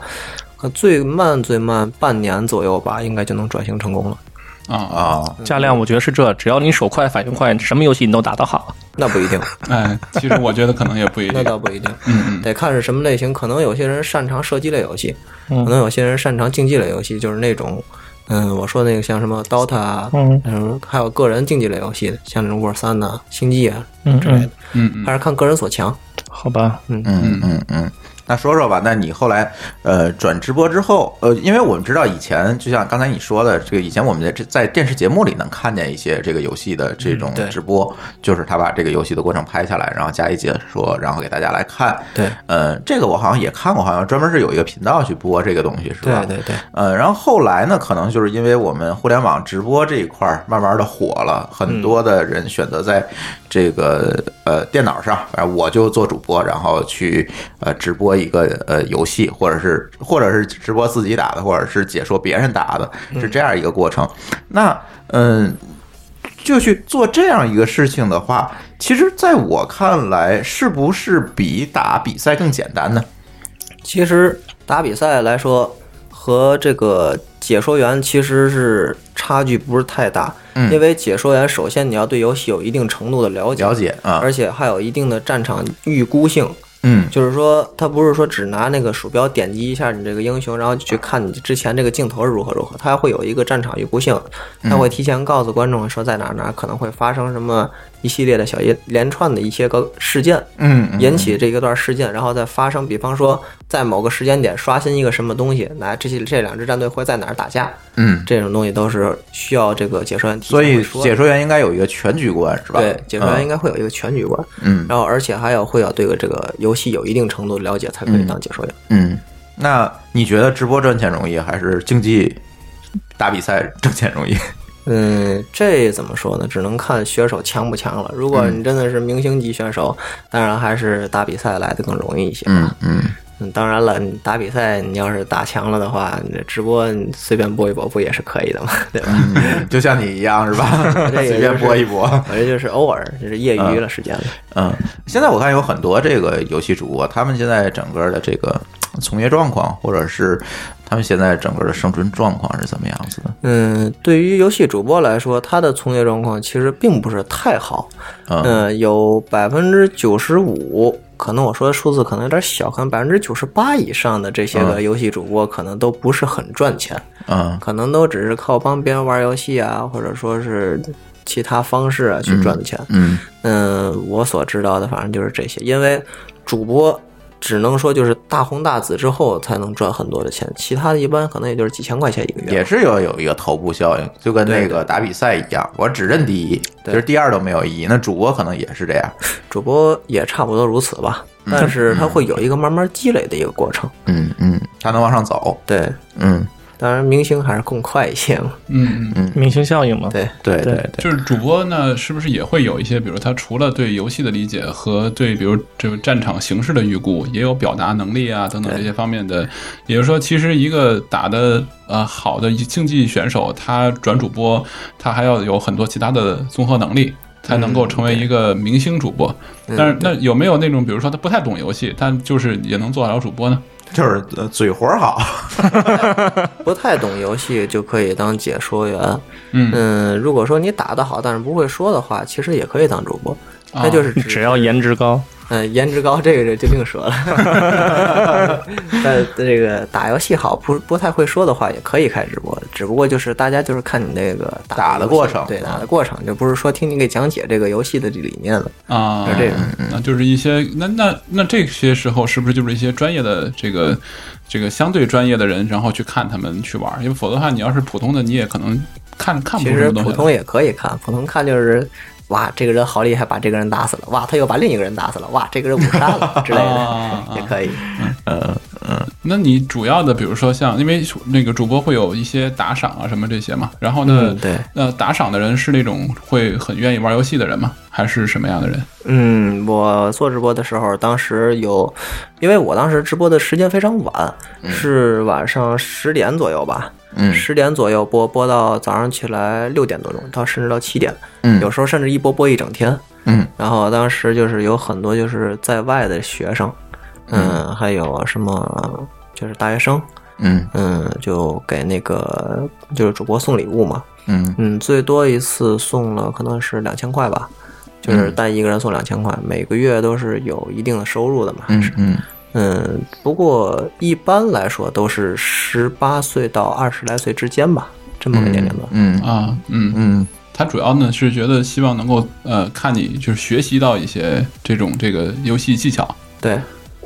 S4: 呃最慢最慢半年左右吧，应该就能转型成功了。
S3: 啊，
S1: 啊、
S2: 加量我觉得是这，只要你手快、反应快，什么游戏你都打得好。
S4: 那不一定，
S3: 哎，其实我觉得可能也不一
S4: (laughs) 那
S3: 定。
S4: 倒不一定，
S3: 嗯
S4: 得看是什么类型。可能有些人擅长射击类游戏，
S2: 嗯
S4: 可能有些人擅长竞技类游戏，就是那种。嗯，我说那个像什么 DOTA 啊，
S2: 嗯
S4: 嗯，还有个人竞技类游戏的，像那种 War 三呐、星际啊，
S2: 嗯嗯，
S3: 嗯嗯
S4: 还是看个人所强。
S2: 好吧，
S1: 嗯嗯嗯。那说说吧，那你后来呃转直播之后，呃，因为我们知道以前就像刚才你说的，这个以前我们在这在电视节目里能看见一些这个游戏的这种
S4: 对
S1: 直播，就是他把这个游戏的过程拍下来，然后加以解说，然后给大家来看。
S4: 对，
S1: 呃，这个我好像也看过，好像专门是有一个频道去播这个东西，是
S4: 对
S1: 吧？
S4: 对对，
S1: 呃，然后后来呢，可能就是因为我们互联网直播这一块儿慢慢的火了，很多的人选择在这个呃电脑上，反正我就做主播，然后去呃直播一个呃游戏，或者是或者是直播自己打的，或者是解说别人打的，是这样一个过程。那嗯。就去做这样一个事情的话，其实在我看来，是不是比打比赛更简单呢？
S4: 其实打比赛来说，和这个解说员其实是差距不是太大，
S1: 嗯
S4: 因为解说员首先你要对游戏有一定程度的了解，
S1: 了解啊，
S4: 而且还有一定的战场预估性，
S1: 嗯
S4: 就是说他不是说只拿那个鼠标点击一下你这个英雄，然后去看你之前这个镜头是如何如何，他还会有一个战场预估性，
S1: 嗯
S4: 他会提前告诉观众说在哪儿哪儿可能会发生什么一系列的小一连串的一些个事件，
S1: 嗯嗯
S4: 引起这一段事件，然后再发生，比方说在某个时间点刷新一个什么东西，来这些这两支战队会在哪儿打架，
S1: 嗯，
S4: 这种东西都是需要这个解说员提前
S1: 所以
S4: 会说的
S1: 解说员应该有一个全局观，是吧？嗯
S4: 对解说员应
S1: 该
S4: 该会有一个全局观，
S1: 嗯
S4: 然后而且还有会要对这个游戏有一定程度的了解才可以当解说员。
S1: 嗯。那你觉得直播赚钱容易，还是竞技打比赛挣钱容易？
S4: 嗯，这怎么说呢？只能看选手强不强了。如果
S1: 嗯
S4: 你真的是明星级选手，当然还是打比赛来的更容易一些。
S1: 嗯嗯
S4: 嗯，当然了，你打比赛，你要是打强了的话，你直播你随便播一播，不也是可以的吗？ (laughs) 对吧？
S1: (laughs) 嗯，就像你一样是吧？ (laughs)
S4: 这也
S1: 随便播一播。
S4: 我这就是偶尔，就是业余了时间了。
S1: 嗯，现在我看有很多这个游戏主播，他们现在整个的这个呃从业状况，或者是他们现在整个的生存状况是怎么样子的？
S4: 嗯，对于游戏主播来说，他的从业状况其实并不是太好。
S1: 嗯
S4: 嗯，有百分之九十五，可能我说的数字可能有点小，可能百分之九十八以上的这些个
S1: 嗯
S4: 游戏主播可能都不是很赚钱，
S1: 嗯
S4: 可能都只是靠帮别人玩游戏啊，或者说是其他方式啊去赚的钱。
S1: 嗯
S4: 嗯，我所知道的反正就是这些，因为主播只能说就是大红大紫之后才能赚很多的钱，其他的一般可能也就是几千块钱一个月。
S1: 也是有有一个头部效应，就跟那
S4: 对
S1: 个打比赛一样，我只认第一，其
S4: 对
S1: 实第二都没有意义。那主播可能也是这样。
S4: 主播也差不多如此吧，但是他会有一个慢慢积累的一个过程。
S1: 嗯嗯，他能往上走。
S4: 对，
S1: 嗯，
S4: 当然明星还是更快一些嘛。 (laughs)
S3: 嗯嗯，
S2: 明星效应嘛。
S4: 对，
S1: 对
S2: 对
S1: 对
S3: 就是主播呢，是不是也会有一些，比如他除了对游戏的理解和对比如这个战场形势的预估，也有表达能力啊等等这些方面的。也就是说，其实一个打的呃好的竞技选手，他转主播，他还要有很多其他的综合能力。才能够成为一个明星主播，但是那有没有那种，比如说他不太懂游戏，但就是也能做得了主播呢？
S1: 就是呃嘴活儿好。
S4: 不太懂游戏就可以当解说员。
S3: 嗯
S4: 嗯，如果说你打得好，但是不会说的话，其实也可以当主播。
S1: 啊
S4: 那就是
S1: (laughs)
S2: 只要颜值高，
S4: 嗯，颜值高这个就另说
S1: (laughs)
S4: 了。但这个打游戏好不不太会说的话，也可以开直播，只不过就是大家就是看你那个打
S1: 打的
S4: 游戏
S1: 过程
S4: 对打的过程，就不是说听你给讲解这个游戏的理念了。
S3: 啊，
S4: 是这嗯种
S3: 那就是一些那那那这些时候是不是就是一些专业的这个这个相对专业的人，然后去看他们去玩儿？因为否则的话，你要是普通的，你也可能看看不
S4: 其
S3: 出什
S4: 实
S3: 么东西
S4: 普
S3: 来。
S4: 通也可以看，普通看就是。哇，这个人好厉害，把这个人
S3: (laughs)
S4: 打死了。哇，他又把另一个人打死了。哇，这个人五杀了之类
S3: 啊啊
S4: 的，也可以。
S1: 嗯嗯，
S3: 那你主要的，比如说像，因为那个主播会有一些打赏啊什么这些嘛，然后呢，
S4: 嗯对，
S3: 那打赏的人是那种会很愿意玩游戏的人吗？还是什么样的人？
S4: 嗯，我做直播的时候，当时有，因为我当时直播的时间非常晚，
S3: 嗯
S4: 是晚上十点左右吧，
S1: 嗯
S4: 十点左右播，播到早上起来六点多钟，到甚至到七点，
S1: 嗯
S4: 有时候甚至一播播一整天，
S1: 嗯，
S4: 然后当时就是有很多就是在外的学生，嗯，还有什么就是大学生，
S1: 嗯
S4: 嗯，就给那个就是主播送礼物嘛，
S1: 嗯
S4: 嗯，最多一次送了可能是两千块吧，就是
S1: 嗯
S4: 单一个人送两千块，每个月都是有一定的收入的嘛。
S1: 嗯嗯
S4: 嗯，不过一般来说都是十八岁到二十来岁之间吧，这么个年龄段。
S1: 嗯
S3: 啊，嗯，
S1: 嗯
S3: 他主要呢是觉得希望能够呃看你就是学习到一些这种这个游戏技巧，
S4: 对，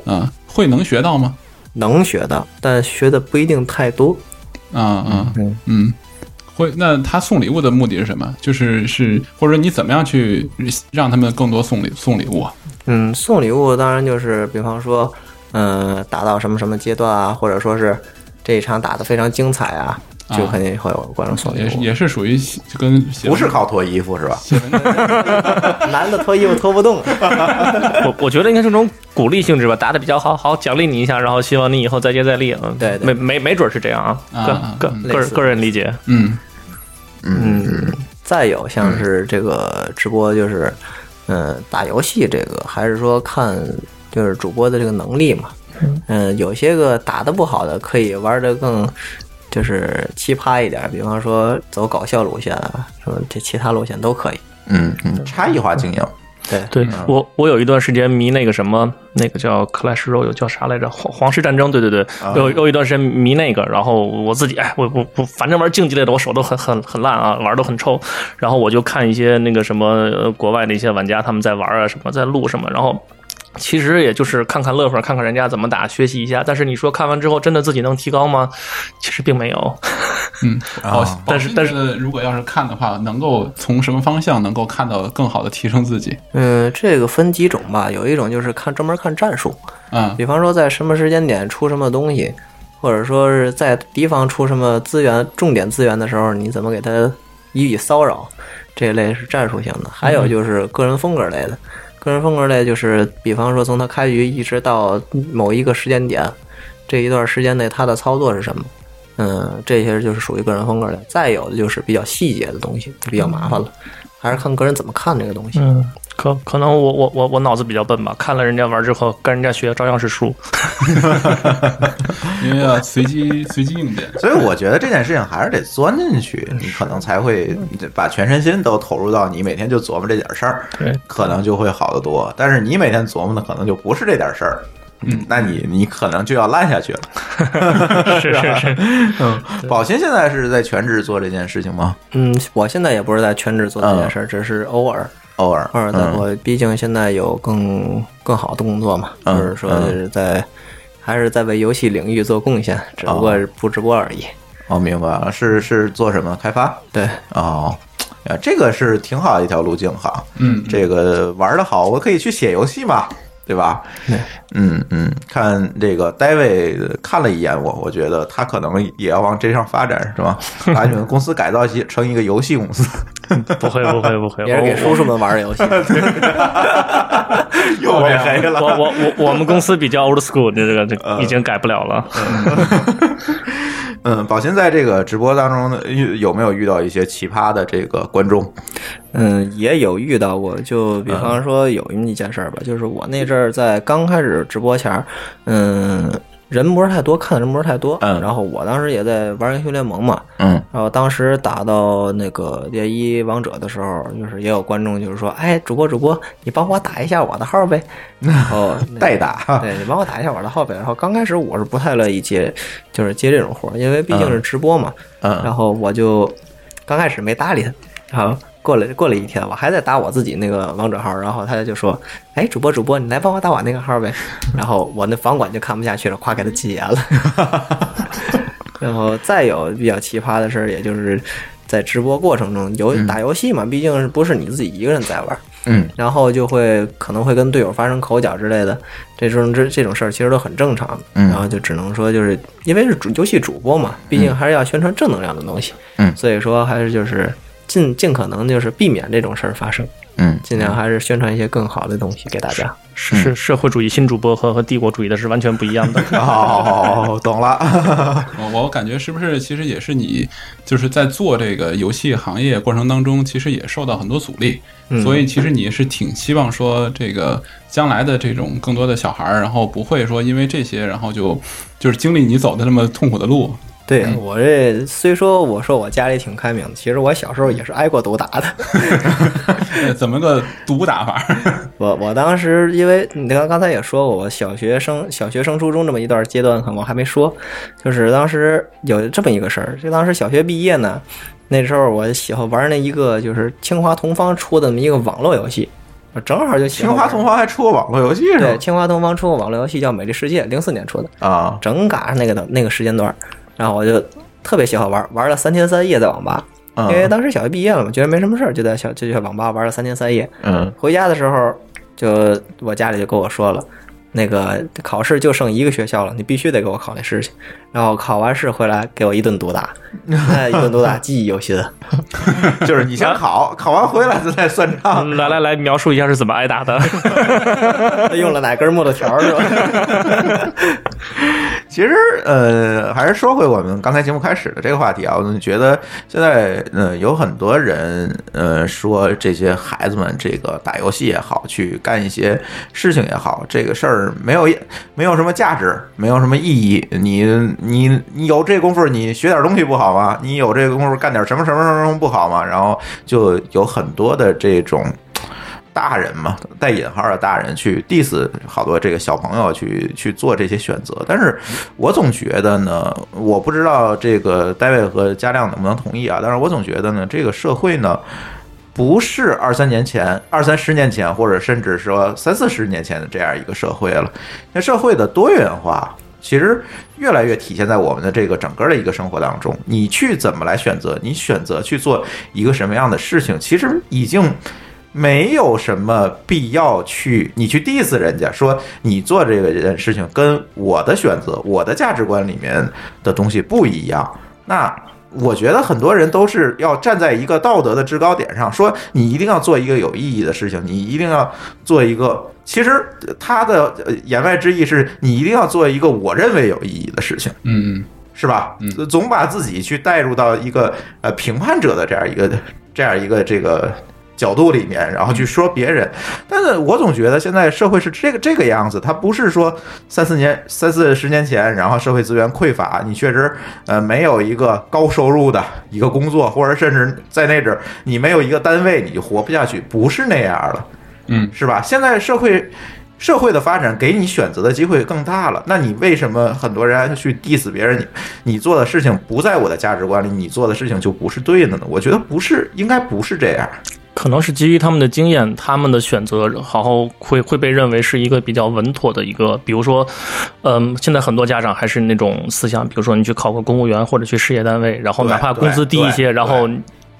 S3: 嗯、会能学到吗？
S4: 能学的，但学的不一定太多。
S3: 啊啊嗯，会。那他送礼物的目的是什么？就是是或者说你怎么样去让他们更多送礼送礼物啊？
S4: 嗯，送礼物当然就是，比方说，嗯，打到什么什么阶段啊，或者说是这一场打得非常精彩啊，就
S3: 啊
S4: 肯定会有观众送礼
S3: 也是
S4: 物。
S3: 也是属于写就跟写
S1: 不是
S3: 文
S1: 靠脱衣服是吧？
S3: 写文章
S4: 男的脱衣服脱不 (laughs) 动。
S2: 我我觉得应该是种鼓励性质吧，打的比较好，好奖励你一下，然后希望你以后再接再厉。嗯，
S4: 对
S2: 没
S4: 对
S2: 没没准是这样
S3: 啊啊
S2: 啊，个
S3: 嗯
S2: 个个
S4: 类
S2: 人
S4: 似
S2: 个人理解。
S3: 嗯
S4: 嗯，再有像是这个直播，就是嗯、呃打游戏这个，还是说看就是主播的这个能力嘛。嗯、有些个打的不好的，可以玩的更就是奇葩一点，比方说走搞笑路线啊，什么这其他路线都可以。
S1: 嗯嗯，差异化经营。
S4: 对，
S2: 对我，我有一段时间迷那个什么，那个叫 Clash Royale，叫啥来着？皇皇室战争，对对对，有有一段时间迷那个，然后我自己，哎，我我我，反正玩竞技类的，我手都很很很烂啊，玩都很臭。然后我就看一些那个什么、呃国外的一些玩家他们在玩啊，什么在录什么，然后。其实也就是看看乐呵，看看人家怎么打，学习一下。但是你说看完之后，真的自己能提高吗？其实并没有。
S3: 嗯，保
S1: 啊
S3: 保
S2: 但是
S3: 信
S2: 但是
S3: 的如果要是看的话，能够从什么方向能够看到更好的提升自己？
S4: 嗯、这个分几种吧，有一种就是看专门看战术，
S3: 嗯
S4: 比方说在什么时间点出什么东西，或者说是在敌方出什么资源、重点资源的时候，你怎么给他予以骚扰，这一类是战术型的。还有就是个人风格类的，个人风格类就是比方说从他开局一直到某一个时间点，这一段时间内他的操作是什么。嗯，这些就是属于个人风格类。再有的就是比较细节的东西，就比较麻烦了，还是看个人怎么看这个东西。
S2: 嗯，可可能我我我我脑子比较笨吧，看了人家玩之后，跟人家学照样是输。
S3: 因为要随机随机应变。
S1: 所以我觉得这件事情还是得钻进去，你可能才会把全身心都投入到你每天就琢磨这点事儿，
S2: 对，
S1: 可能就会好得多。但是你每天琢磨的可能就不是这点事儿，嗯，那你你可能就要烂下去了。
S2: 是是是，
S1: 宝鑫现在是在全职做这件事情吗？
S4: 嗯，我现在也不是在全职做这
S1: 嗯
S4: 件事儿，只是偶尔。
S1: 偶尔，嗯
S4: 或者在我毕竟现在有更更好的工作嘛，
S1: 嗯
S4: 就是说就是在、还是在为游戏领域做贡献，只不过
S1: 哦
S4: 是不直播而已。
S1: 我、哦、明白了，是是做什么开发？
S4: 对，
S1: 哦，啊，这个是挺好的一条路径哈。
S3: 嗯，
S1: 这个玩的好，我可以去写游戏嘛，对吧？嗯嗯，看这个 David 看了一眼我，我觉得他可能也要往这上发展，是吧？把你们公司改造一成一个游戏公司， (laughs)
S2: 不 (laughs) 会不会不会，
S4: 也是给
S2: 我
S4: 叔叔们玩的游戏。
S1: 又被黑了。
S2: 我我我我们公司比较 old school，这个这个已经改不了了。
S1: 嗯，宝鑫在这个直播当中呢，遇有没有遇到一些奇葩的这个观众？
S4: 嗯，也有遇到过，就比
S1: 嗯
S4: 方说有一件事儿吧，就是我那阵儿在刚开始直播前儿，嗯，人不是太多，看的人不是太多，
S1: 嗯
S4: 然后我当时也在玩英雄联盟嘛，
S1: 嗯
S4: 然后当时打到那个猎一王者的时候，就是也有观众就是说，哎，主播主播，你帮我打一下我的号呗，然后那
S1: 代打
S4: 对你帮我打一下我的号呗。然后刚开始我是不太乐意接，就是接这种活儿，因为毕竟是直播嘛。
S1: 嗯
S4: 然后我就刚开始没搭理他，然后过了过了一天，我还在打我自己那个王者号，然后他就说，哎，主播主播，你来帮我打我那个
S1: (laughs)
S4: 号呗。然后我那房管就看不下去了，夸给他禁言了。然后再有比较奇葩的事儿，也就是在直播过程中，游打游戏嘛，毕竟是不是你自己一个人在玩儿，
S1: 嗯
S4: 然后就会可能会跟队友发生口角之类的，这种这这种事儿其实都很正常的。
S1: 嗯
S4: 然后就只能说就是因为是主游戏主播嘛，毕竟还是要宣传正能量的东西。
S1: 嗯
S4: 所以说还是就是尽尽可能就是避免这种事儿发生，
S1: 嗯
S4: 尽量还是宣传一些更好的东西给大家。
S2: 是是社会主义新主播和和帝国主义的是完全不一样 (laughs) 的。
S1: 哦，懂了， (laughs)
S3: 我我感觉是不是其实也是你就是在做这个游戏行业过程当中，其实也受到很多阻力，所以其实你也是挺希望说这个将来的这种更多的小孩儿，然后不会说因为这些，然后就就是经历你走的那么痛苦的路。 (laughs)
S4: 对
S1: 嗯
S4: 我这虽说我说我家里挺开明的，其实我小时候也是挨过毒打的。
S3: 呃怎么个毒打法儿？ (laughs)
S4: 我我当时因为你刚刚才也说过，我小学生、小学生、初中这么一段阶段，可能我还没说，就是当时有这么一个事儿，就当时小学毕业呢，那时候我喜欢玩那一个就是清华同方出的那么一个网络游戏，我正好就喜
S1: 清
S4: 欢
S1: 华
S4: 玩
S1: 同方还出过网络游戏是
S4: 对
S1: 吧？
S4: 清华同方出个网络游戏叫《美丽世界》，零四年出的，
S1: 啊，
S4: 正赶上那个的那个时间段儿，然后我就特别喜欢玩，玩了三天三夜在网吧，因为
S1: 嗯
S4: 当时小学毕业了嘛，觉得没什么事儿，就在小就去网吧玩了三天三夜。
S1: 嗯
S4: 回家的时候，就我家里就跟我说了，那个考试就剩一个学校了，你必须得给我考那试去。然后考完试回来给我一顿毒打，那一顿毒打记忆犹新。 (laughs)
S1: 就是你先考，考完回来咱再算账。
S2: 来来来，描述一下是怎么挨打的。
S4: 用了哪根木头条儿是吧？ (laughs)
S1: (laughs) 其实，呃，还是说回我们刚才节目开始的这个话题啊，我们觉得现在，呃，有很多人，呃，说这些孩子们这个打游戏也好，去干一些事情也好，这个事儿没有没有什么价值，没有什么意义。你你你有这功夫，你学点东西不好吗？你有这功夫干点什么什么什么什么不好吗？然后就有很多的这种。大人嘛，带引号的大人去 diss 好多这个小朋友去去做这些选择，但是我总觉得呢，我不知道这个 David 和嘉亮能不能同意啊，但是我总觉得呢，这个社会呢。不是二三年前、二三十年前，或者甚至说三四十年前的这样一个社会了。那社会的多元化其实越来越体现在我们的这个整个的一个生活当中。你去怎么来选择？你选择去做一个什么样的事情？其实已经。没有什么必要去你去 diss 人家，说你做这个件事情跟我的选择、我的价值观里面的东西不一样。那我觉得很多人都是要站在一个道德的制高点上，说你一定要做一个有意义的事情，你一定要做一个。其实呃他的呃言外之意是你一定要做一个我认为有意义的事情。
S3: 嗯，
S1: 是吧？
S3: 嗯
S1: 总把自己去带入到一个呃评判者的这样一个这样一个这个角度里面，然后去说别人。但是我总觉得现在社会是这个这个样子，它不是说三四年三四十年前，然后社会资源匮乏，你确实呃没有一个高收入的一个工作，或者甚至在那阵儿你没有一个单位，你就活不下去，不是那样了。
S3: 嗯
S1: 是吧？现在社会社会的发展给你选择的机会更大了，那你为什么很多人还去 diss 别人？你你做的事情不在我的价值观里，你做的事情就不是对的呢？我觉得不是，应该不是这样。
S2: (laughs) 可能是基于他们的经验，他们的选择，然后会会被认为是一个比较稳妥的一个，比如说，嗯，现在很多家长还是那种思想，比如说你去考个公务员或者去事业单位，然后
S1: 对
S2: 哪怕工资低一
S1: 对对
S2: 些，然后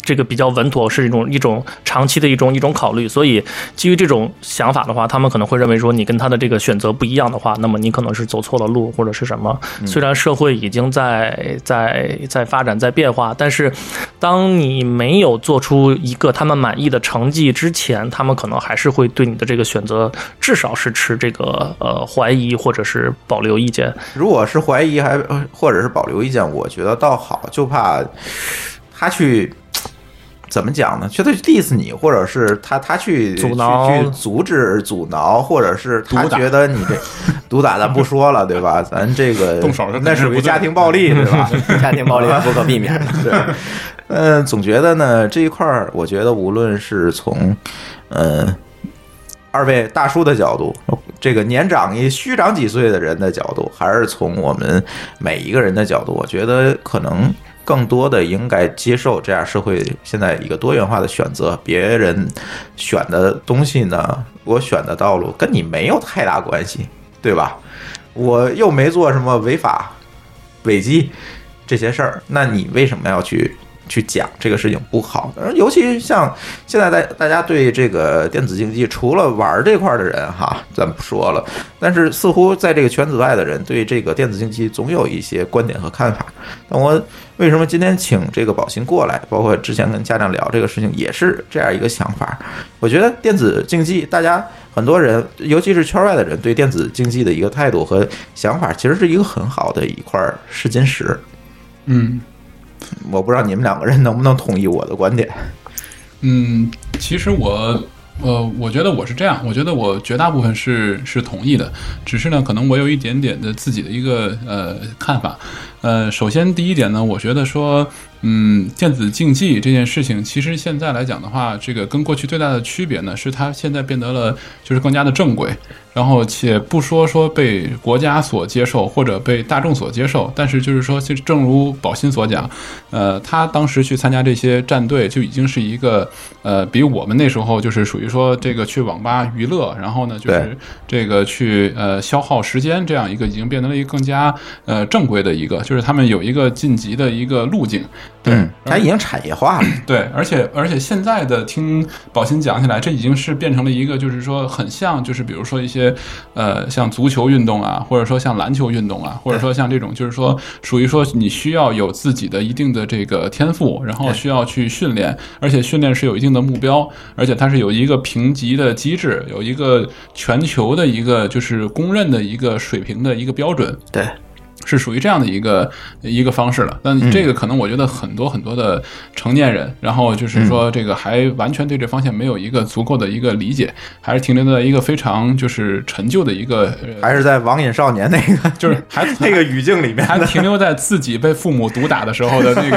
S2: 这个比较稳妥是一种一种长期的一种一种考虑，所以基于这种想法的话，他们可能会认为说你跟他的这个选择不一样的话，那么你可能是走错了路或者是什么。虽然社会已经在在在发展在变化，但是当你没有做出一个他们满意的成绩之前，他们可能还是会对你的这个选择至少是持这个呃怀疑或者是保留意见。
S1: 如果是怀疑还呃或者是保留意见，我觉得倒好，就怕他去。怎么讲呢？就他去 diss 你，或者是他他去
S2: 阻挠
S1: 去去阻止、阻挠，或者是他
S3: 毒打
S1: 觉得你这毒打咱不说了，对吧？咱这个
S3: 动手是肯定
S1: 那属
S3: 不
S1: 于
S3: 对
S1: 家庭暴力，对吧？
S4: 家庭暴力不可避免的。
S1: 对，嗯，总觉得呢这一块儿，我觉得无论是从，呃，二位大叔的角度，这个年长一虚长几岁的人的角度，还是从我们每一个人的角度，我觉得可能更多的应该接受这样社会现在一个多元化的选择，别人选的东西呢，我选的道路跟你没有太大关系，对吧？我又没做什么违法、违纪这些事儿，那你为什么要去去讲这个事情不好。而尤其像现在大大家对这个电子竞技，除了玩这块的人哈，咱们不说了，但是似乎在这个圈子外的人对这个电子竞技总有一些观点和看法。但我为什么今天请这个宝鑫过来，包括之前跟家长聊这个事情，也是这样一个想法。我觉得电子竞技，大家很多人，尤其是圈外的人，对电子竞技的一个态度和想法，其实是一个很好的一块试金石。
S3: 嗯
S1: 我不知道你们两个人能不能同意我的观点。
S3: 嗯，其实我。呃，我觉得我是这样，我觉得我绝大部分是是同意的，只是呢，可能我有一点点的自己的一个呃看法。呃，首先第一点呢，我觉得说，嗯，电子竞技这件事情，其实现在来讲的话，这个跟过去最大的区别呢，是它现在变得了就是更加的正规，然后且不说说被国家所接受或者被大众所接受，但是就是说，就正如宝鑫所讲，呃，他当时去参加这些战队，就已经是一个呃，比我们那时候就是属于说这个去网吧娱乐，然后呢就
S1: 对
S3: 是这个去呃消耗时间这样一个已经变成了一个更加呃正规的一个，就是他们有一个晋级的一个路径。对
S1: 嗯，它已经产业化了。
S3: 对，而且而且现在的听宝鑫讲起来，这已经是变成了一个，就是说很像，就是比如说一些呃，像足球运动啊，或者说像篮球运动啊，或者说像这种，就是说属于说你需要有自己的一定的这个天赋，然后需要去训练，而且训练是有一定的目标，而且它是有一个评级的机制，有一个全球的一个就是公认的一个水平的一个标准。
S4: 对，
S3: 是属于这样的一个一个方式了。但这个可能我觉得很多很多的成年人，然后就是说这个还完全对这方向没有一个足够的一个理解，还是停留在一个非常就是陈旧的一个，呃
S1: 还是在《网瘾少年》那个
S3: (laughs) 就是还
S1: 那个语境里面
S3: 还
S1: 的。
S3: 停留在自己被父母毒打的时候的那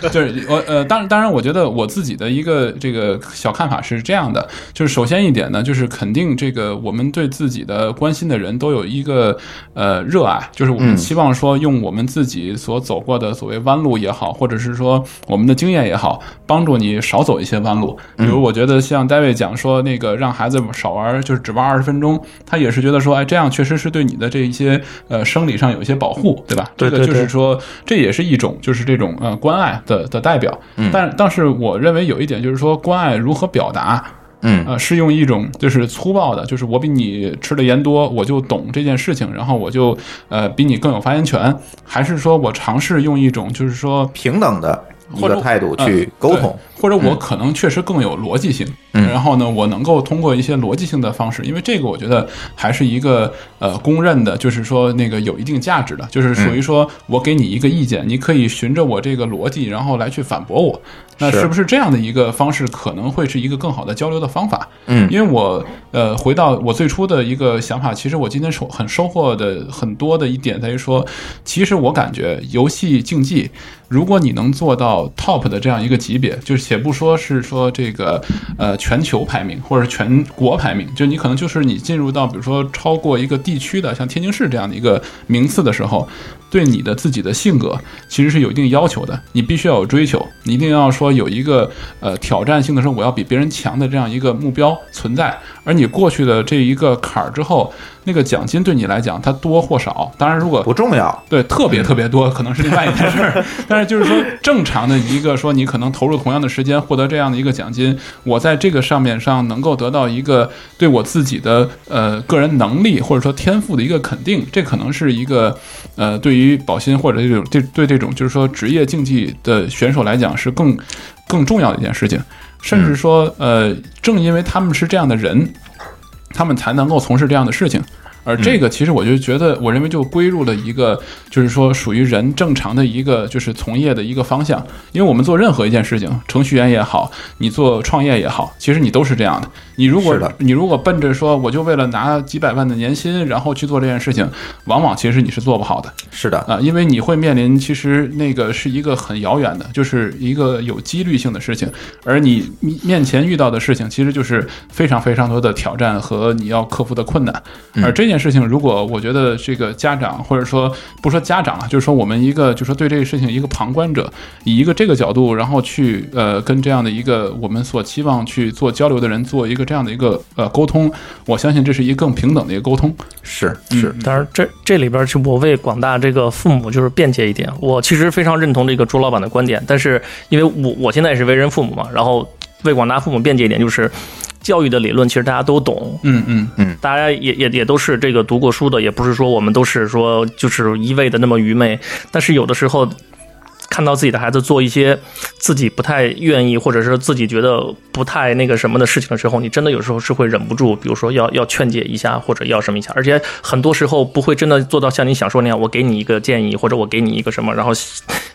S3: 个， (laughs) 就是我呃，当然当然，我觉得我自己的一个这个小看法是这样的，就是首先一点呢，就是肯定这个我们对自己的关心的人都有一个呃热爱，就是我们期望说用我们自己所走过的所谓弯路也好，或者是说我们的经验也好，帮助你少走一些弯路。比
S1: 嗯
S3: 如我觉得像 David 讲说那个让孩子少玩，就是只玩二十分钟，他也是觉得说，哎，这样确实是对你的这一些呃生理上有一些保护，对吧？
S1: 对
S3: 这
S1: 对
S3: 个就
S1: 对
S3: 是说，这也是一种就是这种呃关爱的的代表。但但是我认为有一点就是说，关爱如何表达？
S1: 嗯
S3: 呃，是用一种就是粗暴的，就是我比你吃的盐多，我就懂这件事情，然后我就呃比你更有发言权，还是说我尝试用一种就是说
S1: 平等的一
S3: 或者嗯
S1: 个态度去沟通。
S3: 对或者我可能确实更有逻辑性，
S1: 嗯
S3: 然后呢，我能够通过一些逻辑性的方式，因为这个我觉得还是一个呃公认的，就是说那个有一定价值的，就是属
S1: 嗯
S3: 于说我给你一个意见，你可以循着我这个逻辑，然后来去反驳我。那
S1: 是
S3: 是不是这样的一个方式可能会是一个更好的交流的方法？
S1: 嗯
S3: 因为我呃回到我最初的一个想法，其实我今天收很收获的很多的一点在于说，其实我感觉游戏竞技，如果你能做到 top 的这样一个级别，就是且不说是说这个呃全球排名或者是全国排名，就你可能就是你进入到比如说超过一个地区的像天津市这样的一个名次的时候，对你的自己的性格其实是有一定要求的，你必须要有追求，你一定要说有一个呃挑战性的说我要比别人强的这样一个目标存在，而你过去的这一个坎儿之后，那个奖金对你来讲它多或少，当然如果
S1: 不重要，
S3: 对，特别特别多，可能是另外一件事儿。但是就是说，正常的一个说，你可能投入同样的时间，获得这样的一个奖金，我在这个上面上能够得到一个对我自己的呃个人能力或者说天赋的一个肯定，这可能是一个呃对于保鑫或者这种这对这种就是说职业竞技的选手来讲是更更重要的一件事情。甚至说，呃，正因为他们是这样的人，他们才能够从事这样的事情。而这个其实我就觉得，我认为就归入了一个，就是说属于人正常的一个就是从业的一个方向。因为我们做任何一件事情，程序员也好，你做创业也好，其实你都是这样的。你如果
S1: 是的
S3: 你如果奔着说我就为了拿几百万的年薪，然后去做这件事情，往往其实你是做不好的。
S1: 是的，
S3: 啊，因为你会面临其实那个是一个很遥远的，就是一个有几率性的事情，而你你面
S2: 嗯
S3: 前遇到的事情其实就是非常非常多的挑战和你要克服的困难，而这件件事情，如果我觉得这个家长或者说不说家长了，啊就是说我们一个就是说对这个事情一个旁观者，以一个这个角度，然后去呃跟这样的一个我们所期望去做交流的人做一个这样的一个呃沟通，我相信这是一个更平等的一个沟通。
S1: 是
S3: 嗯
S1: 是，
S2: 当然这，这里边就我为广大这个父母就是辩解一点，我其实非常认同这个朱老板的观点，但是因为我我现在也是为人父母嘛，然后为广大父母辩解一点，就是教育的理论其实大家都懂，
S3: 嗯嗯
S2: 大家也也也都是这个读过书的，也不是说我们都是说就是一味的那么愚昧，但是有的时候。看到自己的孩子做一些自己不太愿意，或者是自己觉得不太那个什么的事情的时候，你真的有时候是会忍不住，比如说要要劝解一下，或者要什么一下，而且很多时候不会真的做到像你想说那样，我给你一个建议，或者我给你一个什么，然后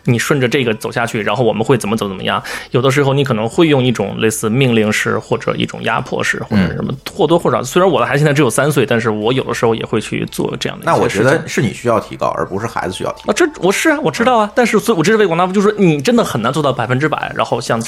S2: 你顺着这个走下去，然后我们会怎么怎么怎么样。有的时候你可能会用一种类似命令式，或者一种压迫式，或者什么或多或少。虽然我的孩子现在只有三岁，但是我有的时候也会去做这样的一
S1: 那
S2: 些
S1: 我
S2: 事
S1: 觉
S2: 情
S1: 得是你需要提高，而不是孩子需要提高。
S2: 啊，这我是啊，我知道啊，但是所以我这是为广大，就是说你真的很难做到百分之百，然后像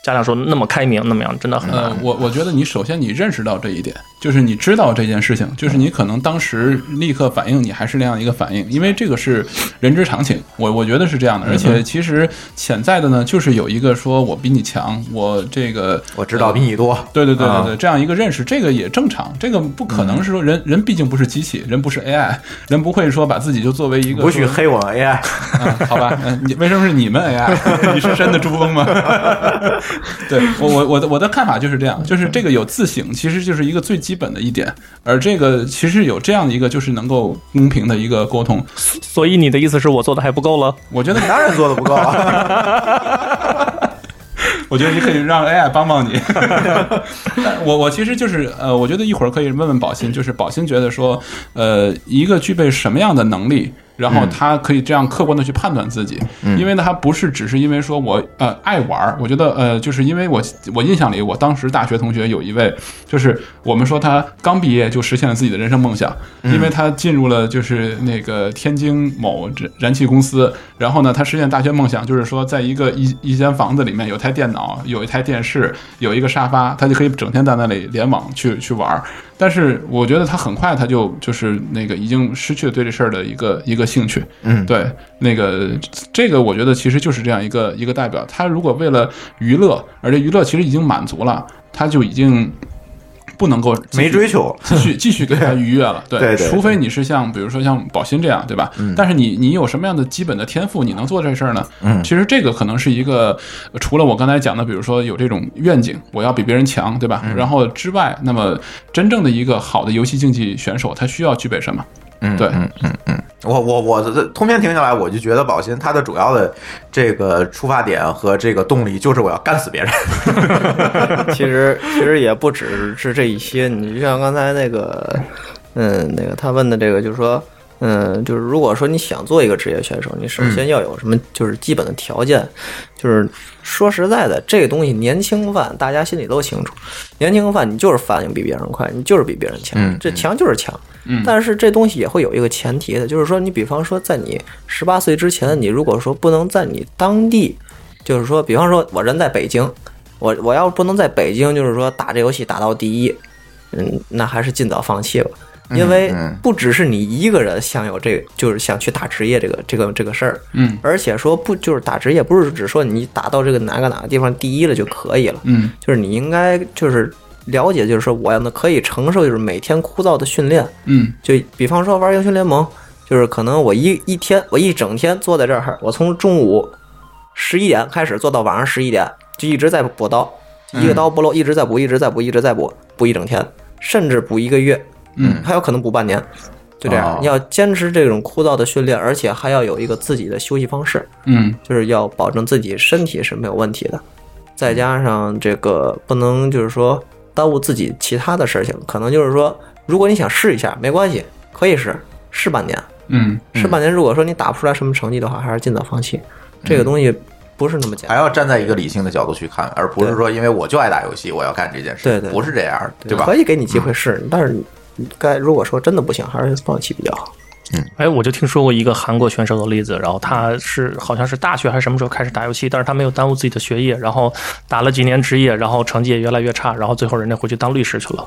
S2: 家长说那么开明那么样，真的很难。
S3: 呃，
S7: 嗯
S3: 我我觉得你首先你认识到这一点，就是你知道这件事情，就是你可能当时立刻反应，你还是那样一个反应，因为这个是人之常情。我我觉得是这样的，而
S1: 嗯
S3: 且其实潜在的呢，就是有一个说我比你强，我这个
S1: 我知道
S3: 呃
S1: 比你多，
S3: 对对对对对，
S1: 啊嗯
S3: 这样一个认识，这个也正常，这个不可能是说人、人毕竟不是机器，人不是 AI，人不会说把自己就作为一个
S1: 不许
S3: 说
S1: 黑我 AI。
S3: 嗯，好吧，嗯，你为什么是你们 AI？你是 (laughs) 真的珠峰吗？对我我我的我的看法就是这样，就是这个有自省，其实就是一个最基本的一点，而这个其实有这样的一个就是能够公平的一个沟通，
S2: 所以你的意思是我做的还不够了？
S3: 我觉得
S1: 当然做的不够
S3: (laughs)
S1: 啊，
S3: 我觉得你可以让 AI 帮帮你。 (laughs) 但我我其实就是呃，我觉得一会儿可以问问宝鑫，就是宝鑫觉得说，呃，一个具备什么样的能力，然后他可以这样客观的去判断自己，因为呢，他不是只是因为说我呃爱玩儿，我觉得呃，就是因为我我印象里，我当时大学同学有一位，就是我们说他刚毕业就实现了自己的人生梦想，因为他进入了就是那个天津某燃燃气公司，然后呢，他实现大学梦想就是说，在一个一一间房子里面有台电脑，有一台电视，有一个沙发，他就可以整天在那里联网去去玩儿。但是我觉得他很快他就就是那个已经失去了对这事儿的一个一个兴趣，嗯，对，那个这个我觉得其实就是这样一个一个代表，他如果为了娱乐，而且娱乐其实已经满足了，他就已经不能够继续
S1: 没追求。
S3: 继续 (laughs) 继续跟他愉悦了，对嗯
S1: 对对
S3: 除非你是像比如说像宝鑫这样，对吧？但是你你有什么样的基本的天赋，你能做这事儿呢？嗯，其实这个可能是一个呃除了我刚才讲的，比如说有这种愿景，我要比别人强，对吧？然后之外，那么真正的一个好的游戏竞技选手，他需要具备什么？嗯，对，
S1: 我我我这通篇听下来，我就觉得宝鑫他的主要的这个出发点和这个动力就是我要干死别人。 (laughs)
S4: 其实其实也不只是这一些，你就像刚才那个，嗯，那个他问的这个，就是说，嗯，就是如果说你想做一个职业选手，你首
S1: 嗯
S4: 先要有什么就是基本的条件，就是说实在的，这个东西年轻饭大家心里都清楚，年轻饭你就是反应比别人快，你就是比别人强，
S1: 嗯
S4: 这强就是强。但是这东西也会有一个前提的，就是说，你比方说，在你十八岁之前，你如果说不能在你当地，就是说，比方说，我人在北京，我我要不能在北京，就是说打这游戏打到第一，嗯，那还是尽早放弃吧。因为不只是你一个人想有这个，就是想去打职业这个这个这个事儿，
S3: 嗯
S4: 而且说不就是打职业，不是只说你打到这个哪个哪个地方第一了就可以了，
S3: 嗯
S4: 就是你应该就是了解，就是说我要能可以承受，就是每天枯燥的训练，
S3: 嗯
S4: 就比方说玩英雄联盟，就是可能我一一天，我一整天坐在这儿，我从中午十一点开始做到晚上十一点，就一直在补刀，一个刀不漏，一直在补，一直在补，一直在补，补一整天，甚至补一个月，
S3: 嗯
S4: 还有可能补半年，就这
S1: 哦
S4: 样。你要坚持这种枯燥的训练，而且还要有一个自己的休息方式，
S3: 嗯
S4: 就是要保证自己身体是没有问题的，再加上这个不能就是说耽误自己其他的事情，可能就是说，如果你想试一下，没关系，可以试，试半年，
S3: 嗯
S4: 试半年，如果说你打不出来什么成绩的话，还是尽早放弃，这个东西不是那么简
S1: 还
S4: 单，
S1: 要站在一个理性的角度去看，而不是
S4: 对
S1: 说因为我就爱打游戏，我要干这件事，
S4: 对对对
S1: 不是这样，对吧
S4: 可？以给你机会试，但是你该如果说真的不行，还是放弃比较好。
S2: 哎，我就听说过一个韩国选手的例子，然后他是好像是大学还是什么时候开始打游戏，但是他没有耽误自己的学业，然后打了几年职业，然后成绩也越来越差，然后最后人家回去当律师去了。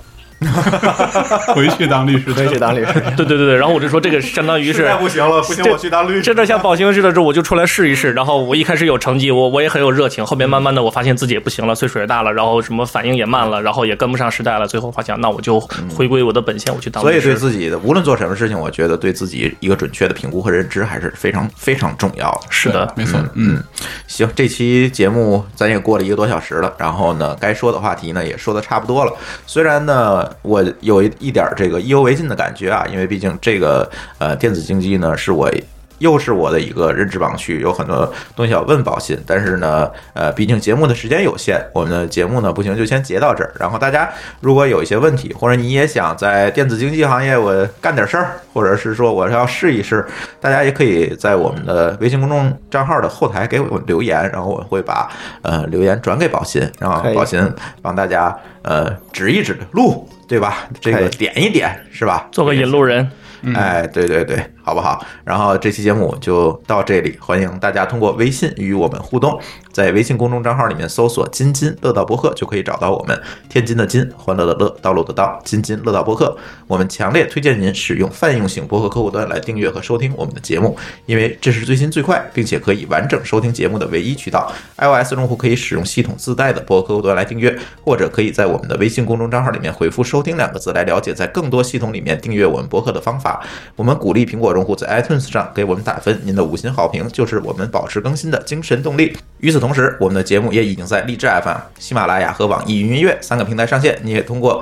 S3: 回去当律师，
S4: 可以去当律师。
S2: 对对对对，然后我就说这个相当于
S7: 实
S2: 是
S7: 在不行了，不行
S2: 这
S7: 我去当律师
S2: (laughs) 真。的像保兴似的，这我就出来试一试。然后我一开始有成绩，我我也很有热情。后面慢慢的，我发现自己也不行了，岁数也大了，然后什么反应也慢了，然后也跟不上时代了。最后发现，那我就回归我的本线，我去当
S1: 所
S2: 律
S1: 以对
S2: 师。
S1: 自己的无论做什么事情，我觉得对自己一个准确的评估和认知还是非常非常重要的。
S2: 是的，
S3: 没错，嗯
S1: 嗯，行，这期节目咱也过了一个多小时了，然后呢，该说的话题呢也说的差不多了。虽然呢，我有一一点儿这个意犹未尽的感觉啊，因为毕竟这个呃电子竞技呢是我。又是我的一个认知盲区，有很多东西要问宝信，但是呢，呃，毕竟节目的时间有限，我们的节目呢不行就先截到这儿。然后大家如果有一些问题，或者你也想在电子竞技行业我干点事儿，或者是说我要试一试，大家也可以在我们的微信公众账号的后台给我留言，然后我会把呃留言转给宝鑫，然后
S4: 可以
S1: 宝鑫帮大家呃指一指路，对吧？这
S4: 可
S1: 个
S4: 以
S1: 点一点是吧？
S2: 做个引路人。
S1: 哎，对对对，好不好？然后这期节目就到这里，欢迎大家通过微信与我们互动，在微信公众账号里面搜索“津津乐道播客”就可以找到我们。天津的津，欢乐的乐，道路的道，津津乐道播客。我们强烈推荐您使用泛用型播客客户端来订阅和收听我们的节目，因为这是最新最快，并且可以完整收听节目的唯一渠道。iOS 用户可以使用系统自带的播客客户端来订阅，或者可以在我们的微信公众账号里面回复“收听”两个字来了解在更多系统里面订阅我们播客的方法。我们鼓励苹果用户在 iTunes 上给我们打分，您的五星好评就是我们保持更新的精神动力。与此同时，我们的节目也已经在荔枝 FM、喜马拉雅和网易云音乐三个平台上线，你也通过。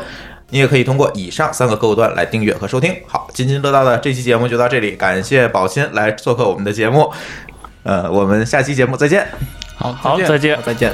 S1: 你也可以通过以上三个客户端来订阅和收听。好，津津乐道的这期节目就到这里，感谢宝鑫来做客我们的节目，呃，我们下期节目再见。
S3: 好，
S2: 好，再见。
S4: 再见。